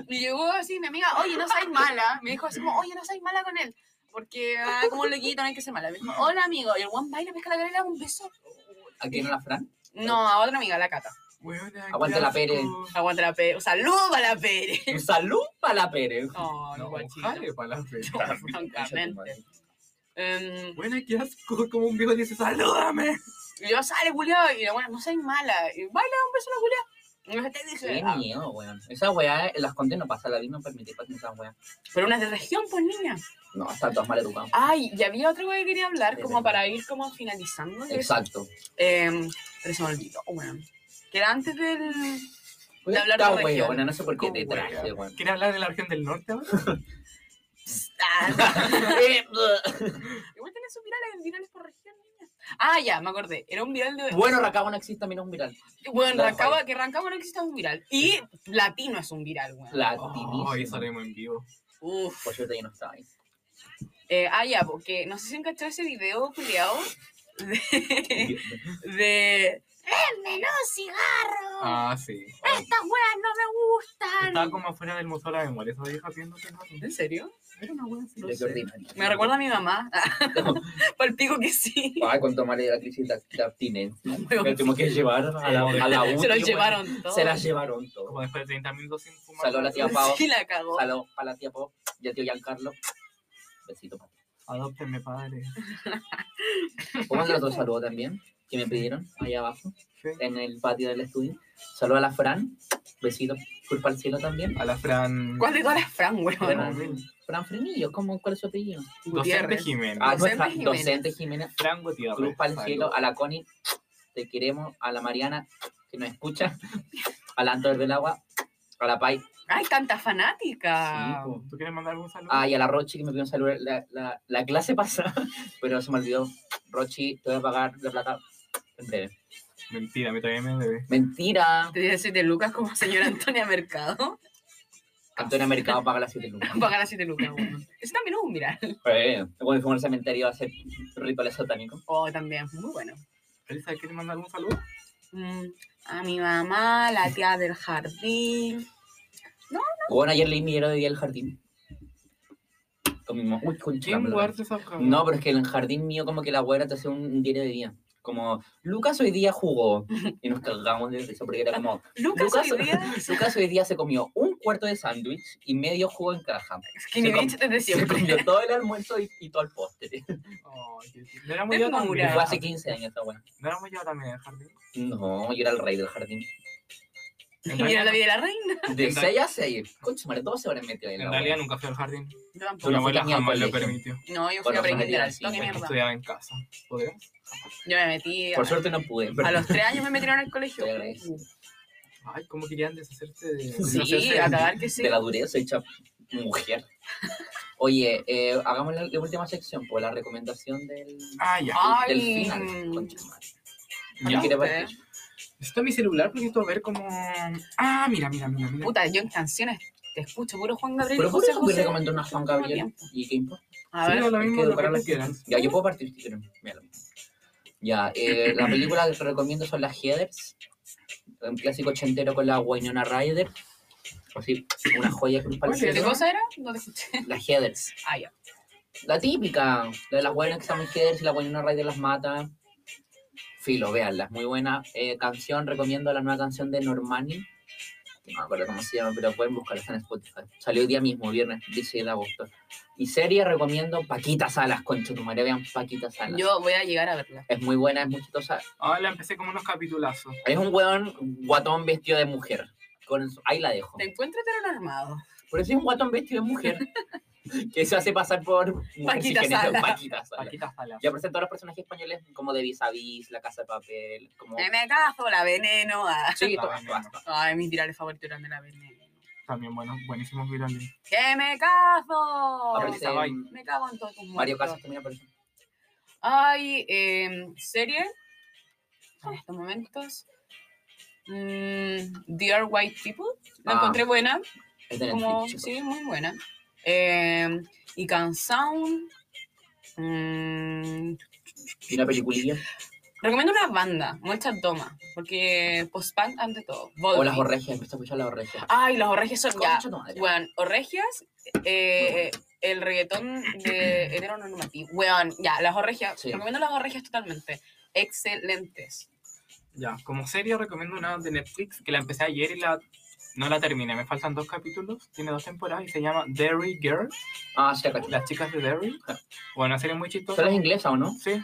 Y llegó así mi amiga, oye, no seas mala. Me dijo así como, oye, no seas mala con él. Porque, ah, como un loquito, no hay que ser mala. Me dijo, hola, amigo. Y el guan baila, pesca la cara y le da un beso.
¿A quién era la Fran?
No, a otra amiga, la Cata.
Weona,
Aguanta
qué
la
asco.
Pérez.
Aguanta la Pérez. ¡Saludo para la Pérez!
Un salud para la Pérez.
No, no,
No,
guachito.
jale para la Pérez.
Francamente. Em,
Buena, qué asco, como un viejo dice, salúdame.
Y yo, sale, culiao. Y la buena, no seas mala. Y baila un beso a la culiao. Y me te dice,
Qué
"Ah,
miedo, weón. Esa weá, en las contes no pasa, la vi no permite pasar esa weá.
pero una de región, pues niña.
No, están todas mal educadas.
Ay, y había otra cosa que quería hablar,
De
como
verdad.
para ir como finalizando. que es-
Exacto.
em, pero se me olvidó, weón. Que era antes del. De hablar
Esta
de región.
weona, no sé por qué te
Como
traje,
weón.
weón.
¿Quieres hablar de la región del norte ahora?
Ah, Igual tiene sus virales, virales por región, niña. Ah, ya, me acordé. Era un viral de.
Bueno, Rancagua no existe, también es un viral.
Bueno,
la-
Rancagua, que Rancagua no existe es un viral. Y Latino es un viral, weón.
Latinísimo.
Hoy salimos en vivo.
Uf.
Por suerte Pues yo no estaba ahí.
Eh, ah, ya, porque no sé si han cachado ese video, culiao. De. de
¡Dénmelo cigarro!
Ah, sí.
¡Estas weas no me gustan!
Estaba como afuera del Museo de la Memoria, esa vieja viendo que no.
¿En serio?
Era una buena
Mira qué ordinario.
Me recuerda a mi mamá. Palpico que sí.
Ay, cuánto mal era la crisis de de abstinencia.
Weón.
Me tuvimos que llevar a la, a la
Se lo
última.
llevaron todo.
Se la llevaron todo.
Como después de 30 minutos sin fumar.
Salud a la tía Pau.
Sí, la cagó.
Salud para la tía Pau y al tío Giancarlo. Besito para ti.
Adóptenme, padre.
Pónganle otro saludo también, que me pidieron ahí abajo,
Sí.
en el patio del estudio. Saludo a la Fran, besito, culpa al cielo también.
A la Fran.
¿Cuál de todas las Fran, weón?
Fran, Fran Frenillo, ¿cómo, ¿cuál es su apellido?
Docente
Gutiérrez.
Jiménez.
Ah,
Docente
Fran-
Jiménez.
docente Jiménez.
Fran Gutiérrez.
Culpa al
Salud.
cielo, a la Connie, te queremos, a la Mariana, que nos escucha, a la Antor del Agua, a la Pai,
Ay, tanta fanática.
Sí, po.
¿Tú quieres mandar algún saludo?
ay, Ah, a la Rochi, que me pidió saludar la, la, la clase pasada, pero se me olvidó. Rochi, te voy a pagar la plata en breve.
Mentira, me trae MDB.
Mentira.
Te voy a decir de Lucas como señora Antonia Mercado.
Antonio Mercado paga las 7 lucas.
Pagar así de Lucas, weón. Ese también es un viral.
Eh, cuando fuimos al cementerio a hacer rituales satánicos.
Oh, también. Muy bueno.
Elisa, ¿quieres mandar algún saludo?
Mm, a mi mamá, la tía del jardín.
Bueno, ayer leí Millero de Día del Jardín. Con mi mamá. Uy, con
¿Quién guarda esa
No, pero es que en el jardín mío como que la abuela te hace un diario de día. Como, Lucas hoy día jugó. Y nos cagamos de risa porque era como,
Lucas,
Lucas-
hoy día.
Lucas hoy día se comió un cuarto de sándwich y medio jugo en caja.
Skinny
Se com-
Bitch
Se
desde siempre.
comió todo el almuerzo y, y todo el postre.
Oh, qué- no éramos
Es
yo
como
Y
también.
Mira.
fue hace 15 años esta abuela.
No éramos yo también en el jardín.
No, yo era el rey del jardín.
En
Y era la
realidad,
vida de la reina.
De
En
6 a 6. Concha, madre, 12 horas metido ahí.
en realidad nunca fui al jardín.
Yo tampoco.
Tú
Mi
no
abuela
fuiste ni al
jamás lo
colegio.
permitió.
No, yo fui
Bueno,
a aprender
familiar,
al toque,
sí,
mierda.
Estudiaba en casa. ¿Podrías?
Yo me metí.
Por suerte no pude. pero-
A los tres años me metieron al colegio.
Te agradezco.
Ay, ¿cómo querían deshacerse de.?
Sí,
deshacerse
a
de-
cagar que sí.
de la dureza hecha mujer. Oye, eh, hagamos la, la última sección, por la recomendación del,
Ah, ya.
del
Ay,
final. concha de madre.
Ya.
¿Quién quiere
ustedes.
partir?
Necesito mi celular porque necesito ver como. Ah, mira, mira, mira. mira.
puta, yo en canciones te escucho puro Juan Gabriel.
Pero
y
por
José
eso me
José
recomendó una Juan
al mismo
Gabriel.
tiempo.
¿Y qué importa?
A
Sí,
ver,
da lo
hay
mismo lo
que
que
educar a las
tú quieras.
Ya, yo puedo partir si quieren. Míralo. Ya, eh, la película que te recomiendo son las Heathers. Un clásico ochentero con la Winona Ryder. Así, una joya que
¿Cuál es
¿qué
esa?
parece.
cosa era? No te escuché.
Las Heathers.
Ah, ya.
La típica, la de las buenas que están Headers y la buena Raider las mata. Filo, véanla, es muy buena eh, canción. Recomiendo la nueva canción de Normani, no me acuerdo cómo se llama, pero pueden buscarlas en Spotify. Salió hoy día mismo, viernes 16 de agosto. Y serie recomiendo Paquita Salas, concha tu madre, vean Paquita Salas.
Yo voy a llegar a verla.
Es muy buena, es muy chistosa.
Ahora Ah, empecé como unos capitulazos.
Es un weón guatón vestido de mujer. Con su- Ahí la dejo.
Te encuentro heteronormado.
Por eso es un guatón vestido de mujer. que se hace pasar por mujer
Paquita
sin género,
Salas.
Paquita Salas.
Paquita Salas.
Ya presento a los personajes españoles como de Vis a Vis, La Casa de Papel, como...
Me me caso, la veneno. ah.
Sí,
La
todas,
veneno.
todas, todas.
Ay, mis virales favoritos eran de la veneno.
También buenos, buenísimos virales.
¡Que me caso!
Aparece
estaba ahí.
Me cago en todos tus
Mario
muertos.
Casas también aparece.
Hay eh, serie en estos momentos. Mm, Dear White People. La
Ah.
encontré buena.
Es de Netflix,
Como,
chicos.
sí, muy buena. Eh, y Can Sound. Mm,
Y una peliculilla.
recomiendo una banda, muchas domas, porque post-punk ante todo.
O las
Volbeat.
Orregias, me está escuchando las Orregias.
Ay, las orregias son Oh, Ah, ya.
Concha tu madre.
Weón, orregias, eh, el reggaetón de heteronormativo. Weón, ya, las orregias.
Sí.
Recomiendo las orregias totalmente. Excelentes.
Ya, como serie recomiendo una de Netflix que la empecé ayer y la no la terminé. Me faltan dos capítulos, tiene dos temporadas y se llama Dairy Girl,
Ah, sí, la cacho.
las chicas de Dairy. Bueno, una serie muy chistosa.
¿Son las inglesas o no?
Sí.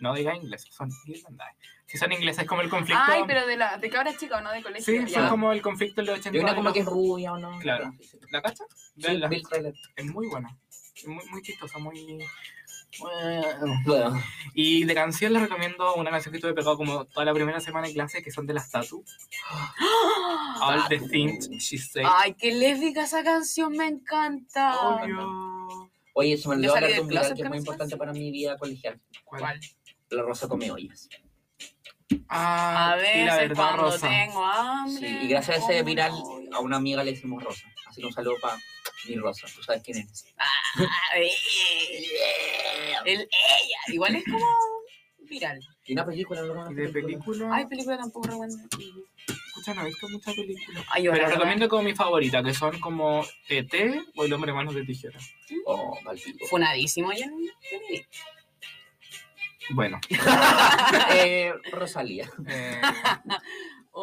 No diga inglés, son irlandeses. Si son ingleses es como el conflicto.
Ay, pero de la de cabras chica o no de colegio.
Sí,
ya.
son como el conflicto de los 80.
Yo una
y
como
los-
que es rubia o no.
Claro.
Sí,
¿La cacha? Véanla.
Bill Trailer.
Es muy buena. Es Muy, muy chistosa, muy...
Bueno,
Y de canción les recomiendo una canción que estuve pegado como toda la primera semana en clase, que son de las Tatu. All the things she said.
Ay, qué lésbica esa canción, me encanta.
Obvio.
oye, se me
Yo
olvidó
salí
hablar de
del
un viral
closet
que es
con
muy
esa
importante para mi vida colegial.
¿Cuál?
La Rosa come ollas.
Ah,
A
sí, la
veces
verdad,
cuando
Rosa.
tengo hambre.
Sí, y gracias a ese
como
viral
hoy.
a una amiga le hicimos Rosa. Así que un saludo para mi Rosa. Tú sabes quién es.
Ah, eh, El ella. Igual es como viral.
Y una película, ¿no?
Y de película,
Ay, película tampoco recomiendo.
escucha, no he visto muchas películas.
Ay,
Pero
ahora,
recomiendo como mi favorita, que son como ET o El Hombre Manos de Tijera.
Oh, mal pico.
Funadísimo, yo no yo ni vi.
Bueno,
Eh, Rosalía.
eh,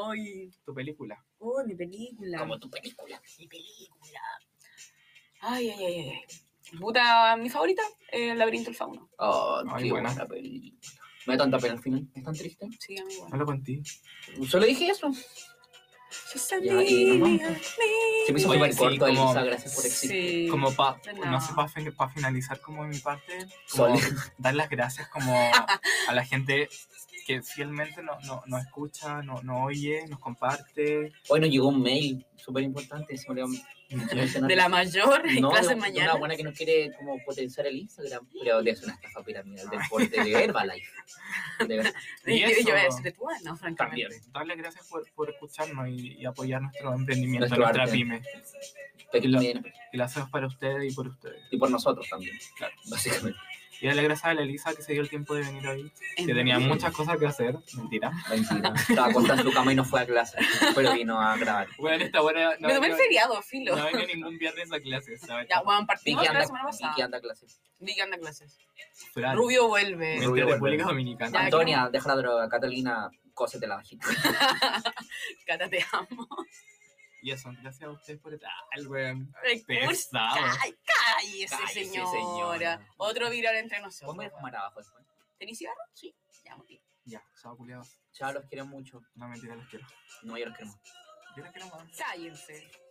Ay,
tu película.
oh, mi película.
Como tu película.
Mi película. Ay, ay, ay, ay. Puta, mi favorita, eh, El laberinto del fauno.
Oh,
Ay,
qué
buena.
buena. película. Me da tanta pena al final. ¿Es tan triste?
Sí, a mí igual.
Hablo contigo.
Solo dije eso.
She's a
Ya, y
million,
nomás.
million.
Se me hizo
Oye,
súper
sí,
corto,
como-
Elisa. Gracias por existir.
Sí.
Como para, no.
No.
sé, para finalizar como de mi parte, como
Sol.
dar las gracias como a la gente que fielmente nos no, no escucha, no, no oye, nos comparte.
Hoy nos llegó un mail súper importante. Se me olvidó mencionar.
De la mayor en
No, de-
clase
de
mañana.
una buena que nos quiere como potenciar el Instagram, pero le hace una estafa piramidal del porte de Herbalife. De verdad.
Y
Y yo- y yo voy a
eso.
decir de tu ano, francamente.
Darle gracias por, por escucharnos y, y apoyar nuestro emprendimiento,
Nuestro
nuestra
arte.
pyme.
Pero
Y lo-
también-
Y lo hacemos para ustedes y por ustedes.
Y por nosotros también,
Claro.
básicamente.
Y darle gracias a la Elisa que se dio el tiempo de venir hoy, que
En-
tenía muchas cosas que hacer. Mentira.
Mentira. Estaba acostada en su cama y no fue a clase, pero vino a grabar.
Bueno, esta buena no
Me tomé el
venía-
feriado, filo.
no venía ningún viernes a clases, ¿sabes?
Ya, bueno,
Y
partimos
que
la
anda,
semana
y que
pasada.
anda a clase.
Vi que anda a clases.
Fran,
Rubio vuelve.
mente
Rubio,
República
bueno.
Dominicana.
Ya,
Antonia, deja la droga. Catalina, cósete la bajita.
Cata, te amo.
Y eso, gracias a ustedes por estar, weón.
Recurso.
Pesado.
Ay, cállese,
Cállese,
señora.
señora.
Otro viral
Ponme
entre
a
nosotros.
fumar abajo después.
¿Tenís cigarro? Sí. Ya, muy bien.
Ya, chao, culiados.
Chao, los quiero mucho.
No, mentira, los quiero.
No, yo los quiero mucho.
Yo los quiero más.
Cállense.